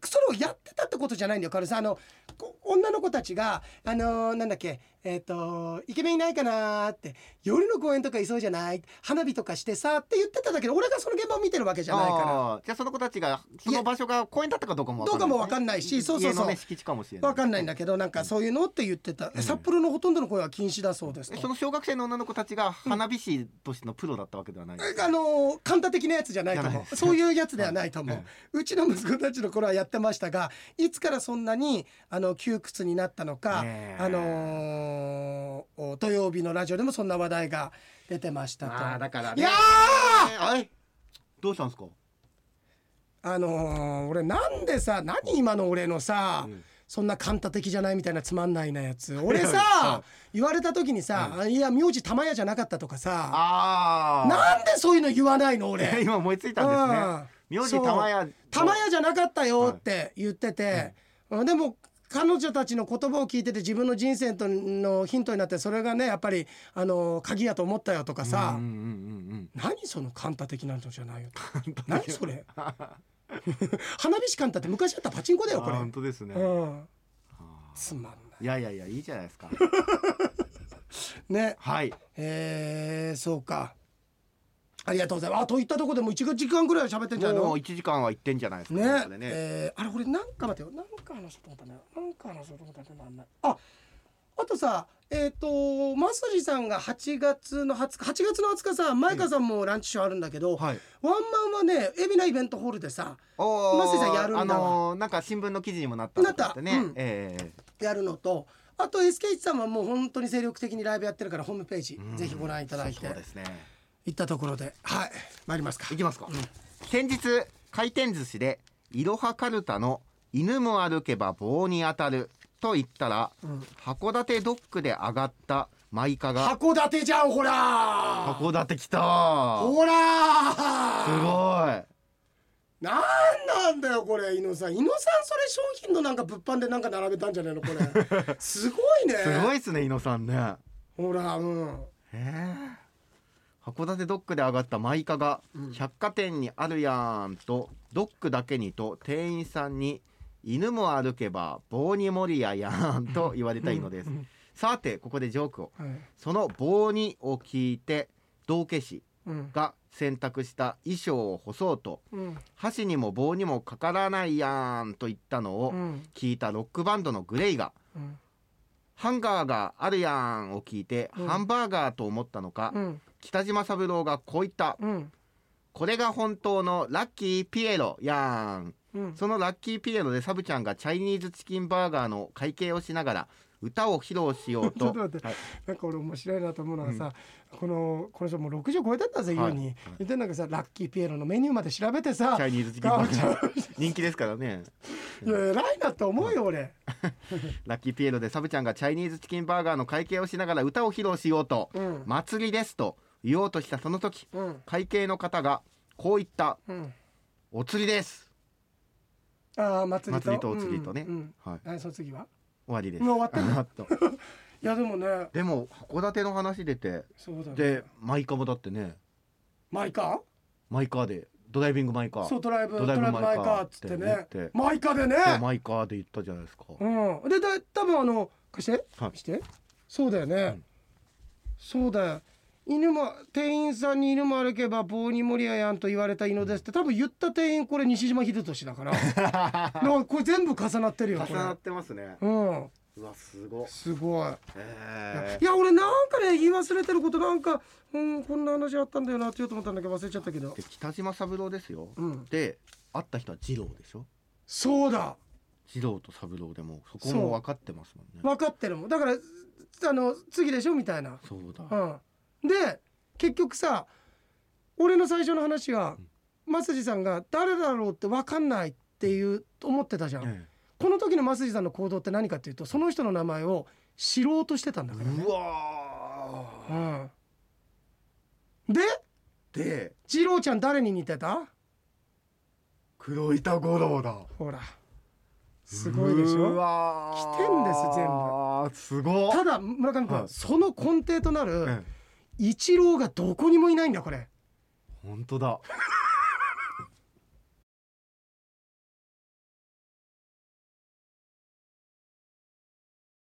Speaker 1: くそれをやってたってことじゃないんだよ、カルさん。あのこ女の子たちがあのーなんだっけえっ、とイケメンいないかなーって夜の公園とかいそうじゃない花火とかしてさって言ってただけど俺がその現場を見てるわけじゃないから。
Speaker 2: あーじゃあその子たちがその場所が公園だったかどうかも
Speaker 1: どうかもわか
Speaker 2: ない
Speaker 1: んないし、そうそう
Speaker 2: 家
Speaker 1: そ
Speaker 2: の
Speaker 1: う
Speaker 2: ね。敷地かもしれない
Speaker 1: わかんないんだけど、なんかそういうのって言ってた。札幌のほとんどの公園は禁止だそうですと
Speaker 2: え。その小学生の女の子たちが花火師としてのプロだったわけではないですか
Speaker 1: あの簡単的なやつじゃないと
Speaker 2: じゃ
Speaker 1: 思
Speaker 2: ないう
Speaker 1: そういうやつではないと思う、
Speaker 2: はいう
Speaker 1: ちの息子たちの頃はやってましたがいつからそんなにあの窮屈になったのか、
Speaker 2: ねえ
Speaker 1: あのーお土曜日のラジオでもそんな話題が出てましたと
Speaker 2: あーだから
Speaker 1: い
Speaker 2: ね
Speaker 1: やー
Speaker 2: えーあれどうしたんですか
Speaker 1: あのー俺なんでさ何今の俺のさ、
Speaker 2: ん
Speaker 1: そんな簡単的じゃないみたいなつまんないなや
Speaker 2: *laughs*
Speaker 1: つ俺
Speaker 2: は
Speaker 1: さ言われた時にさ「いや名字玉屋じゃなかった」とかさ
Speaker 2: ああ
Speaker 1: なんでそういうの言わないの俺
Speaker 2: 今思いついたんですね
Speaker 1: うん
Speaker 2: 名字玉屋
Speaker 1: そう玉屋じゃなかったよって言ってて、うんでも彼女たちの言葉を聞いてて自分の人生とのヒントになってそれがねやっぱりあの鍵やと思ったよとかさ、
Speaker 2: うんうんうん
Speaker 1: 何そのカンタ的なのじゃないよと *laughs*
Speaker 2: *laughs*
Speaker 1: 何それ *laughs* 花火師カンタって昔あったパチンコだ
Speaker 2: うん
Speaker 1: よこ
Speaker 2: あ
Speaker 1: れ
Speaker 2: ー、本当ですね、
Speaker 1: うん、つまん
Speaker 2: いやいやいやいいじゃな
Speaker 1: *laughs*
Speaker 2: いですか
Speaker 1: ないね
Speaker 2: はい
Speaker 1: えー、そうかありがとうございますあといったとこでも1時間ぐらいは喋ってんじゃないの
Speaker 2: もう一時間は行ってんじゃないですか
Speaker 1: ね
Speaker 2: これ
Speaker 1: えーあれ俺なんか待ってよなんか話そうと思ったんだよなんか話そうと思ったんだよなんだああとさえっ、とマスジさんが8月の20日8月の20日さ前川さんもランチショーあるんだけど、
Speaker 2: はい
Speaker 1: ワンマンはね海老名イベントホールでさ
Speaker 2: おー
Speaker 1: マスさんやるんだわ
Speaker 2: あのーなんか新聞の記事にもなったんだってね
Speaker 1: なったうん
Speaker 2: ええ
Speaker 1: やるのとあと SKH さんはもう本当に精力的にライブやってるからホームページ、
Speaker 2: うん
Speaker 1: ぜひご覧いただいて
Speaker 2: そうですね
Speaker 1: 行ったところではい参りますか
Speaker 2: いきますか、
Speaker 1: うん
Speaker 2: 先日回転寿司でいろはかるたの犬も歩けば棒に当たると言ったら、
Speaker 1: ん
Speaker 2: 函館ドックで上がったマイカが
Speaker 1: 函館じゃんほら
Speaker 2: 函館来た
Speaker 1: ほら
Speaker 2: すごい
Speaker 1: なんなんだよこれ伊野さん伊野さんそれ商品のなんか物販でなんか並べたんじゃないのこれすごいね
Speaker 2: すごいっすね伊野さんね
Speaker 1: ほらうん
Speaker 2: えー函館ドックで上がったマイカが百貨店にあるやんとドックだけにと店員さんに犬も歩けば棒に盛りややん
Speaker 1: *laughs*
Speaker 2: と言われたいのですさてここでジョークを
Speaker 1: はい
Speaker 2: その棒にを聞いて道化師
Speaker 1: うん
Speaker 2: が選択した衣装を干そうと
Speaker 1: うん
Speaker 2: 箸にも棒にもかからないやんと言ったの
Speaker 1: う
Speaker 2: を
Speaker 1: ん
Speaker 2: 聞いたロックバンドのグレイが
Speaker 1: うん
Speaker 2: ハンガーがあるやんを聞いて
Speaker 1: うん
Speaker 2: ハンバーガーと思ったのか
Speaker 1: うん
Speaker 2: 北島三郎がこう言った
Speaker 1: うん
Speaker 2: これが本当のラッキーピエロやん
Speaker 1: うん
Speaker 2: そのラッキーピエロでサブちゃんがチャイニーズチキンバーガーの会計をしながら歌を披露しよう
Speaker 1: *laughs* ちょ
Speaker 2: と
Speaker 1: っと待って、
Speaker 2: はい
Speaker 1: なんか俺面白いなと思うのがさ、このこの人もう60超えたんだぜ、
Speaker 2: はい
Speaker 1: 優に
Speaker 2: はい
Speaker 1: 言ってなんかさラッキーピエロのメニューまで調べてさ
Speaker 2: チャイニーズチキンバ *laughs* ーガー人気ですからね
Speaker 1: いや偉いなと思うよ俺、
Speaker 2: ラッキーピエロでサブちゃんがチャイニーズチキンバーガーの会計をしながら歌を披露しようと
Speaker 1: うん
Speaker 2: 祭りですと言おうとしたその時
Speaker 1: うん
Speaker 2: 会計の方がこう言った
Speaker 1: うん
Speaker 2: お釣りです
Speaker 1: ああ祭りと
Speaker 2: 祭りとお釣りとね
Speaker 1: うんうん
Speaker 2: はい
Speaker 1: はいその次は
Speaker 2: 終わりです
Speaker 1: もう終わってんだ
Speaker 2: *laughs* あーっと
Speaker 1: いやでもね
Speaker 2: でも函館の話出て
Speaker 1: そうだね
Speaker 2: でマイカもだってね
Speaker 1: マイカ
Speaker 2: マイカーでドライビングマイカー
Speaker 1: そうドライブド
Speaker 2: ド
Speaker 1: ラ
Speaker 2: ライ
Speaker 1: イ
Speaker 2: ブ
Speaker 1: ブマイカーっつって
Speaker 2: マイカー
Speaker 1: ね
Speaker 2: って言って
Speaker 1: マイカでね
Speaker 2: そうマイカーで言ったじゃないですか、
Speaker 1: うんでだ多分あの貸して
Speaker 2: はい
Speaker 1: してそうだよね、
Speaker 2: ん
Speaker 1: そうだよ犬も店員さんに犬も歩けば棒に盛りややんと言われた犬ですって多分言った店員これ西島秀俊だ
Speaker 2: *laughs*
Speaker 1: からなんかこれ全部重なってるよこれ
Speaker 2: 重なってますね
Speaker 1: うん
Speaker 2: うわすごっ
Speaker 1: すごい
Speaker 2: え
Speaker 1: いや俺なんかね言い忘れてることなんかうんこんな話あったんだよなって言おうと思ったんだけど忘れちゃったけど
Speaker 2: ー、で北島三郎ですよ、
Speaker 1: うん
Speaker 2: で会った人は二郎でしょ
Speaker 1: そうだ
Speaker 2: 二郎と三郎でもそこも分かってますもんね
Speaker 1: 分かってるもんだからあの次でしょみたいな
Speaker 2: そうだ、
Speaker 1: うん、で結局さ俺の最初の話は増地さんが誰だろうって分かんないっていう思ってたじゃん、
Speaker 2: え
Speaker 1: この時の増地さんの行動って何かっていうとその人の名前を知ろうとしてたんだ
Speaker 2: え
Speaker 1: からね
Speaker 2: う、わ
Speaker 1: うん、で
Speaker 2: ーで
Speaker 1: 次郎ちゃん誰に似てた
Speaker 2: 黒板五郎だ
Speaker 1: ほらすごいでしょ
Speaker 2: わー
Speaker 1: 来てんです全部
Speaker 2: あーすごった
Speaker 1: だ村上君、
Speaker 2: はい
Speaker 1: その根底となる
Speaker 2: ええ
Speaker 1: 一郎がどこにもいないんだこれ
Speaker 2: 本当だ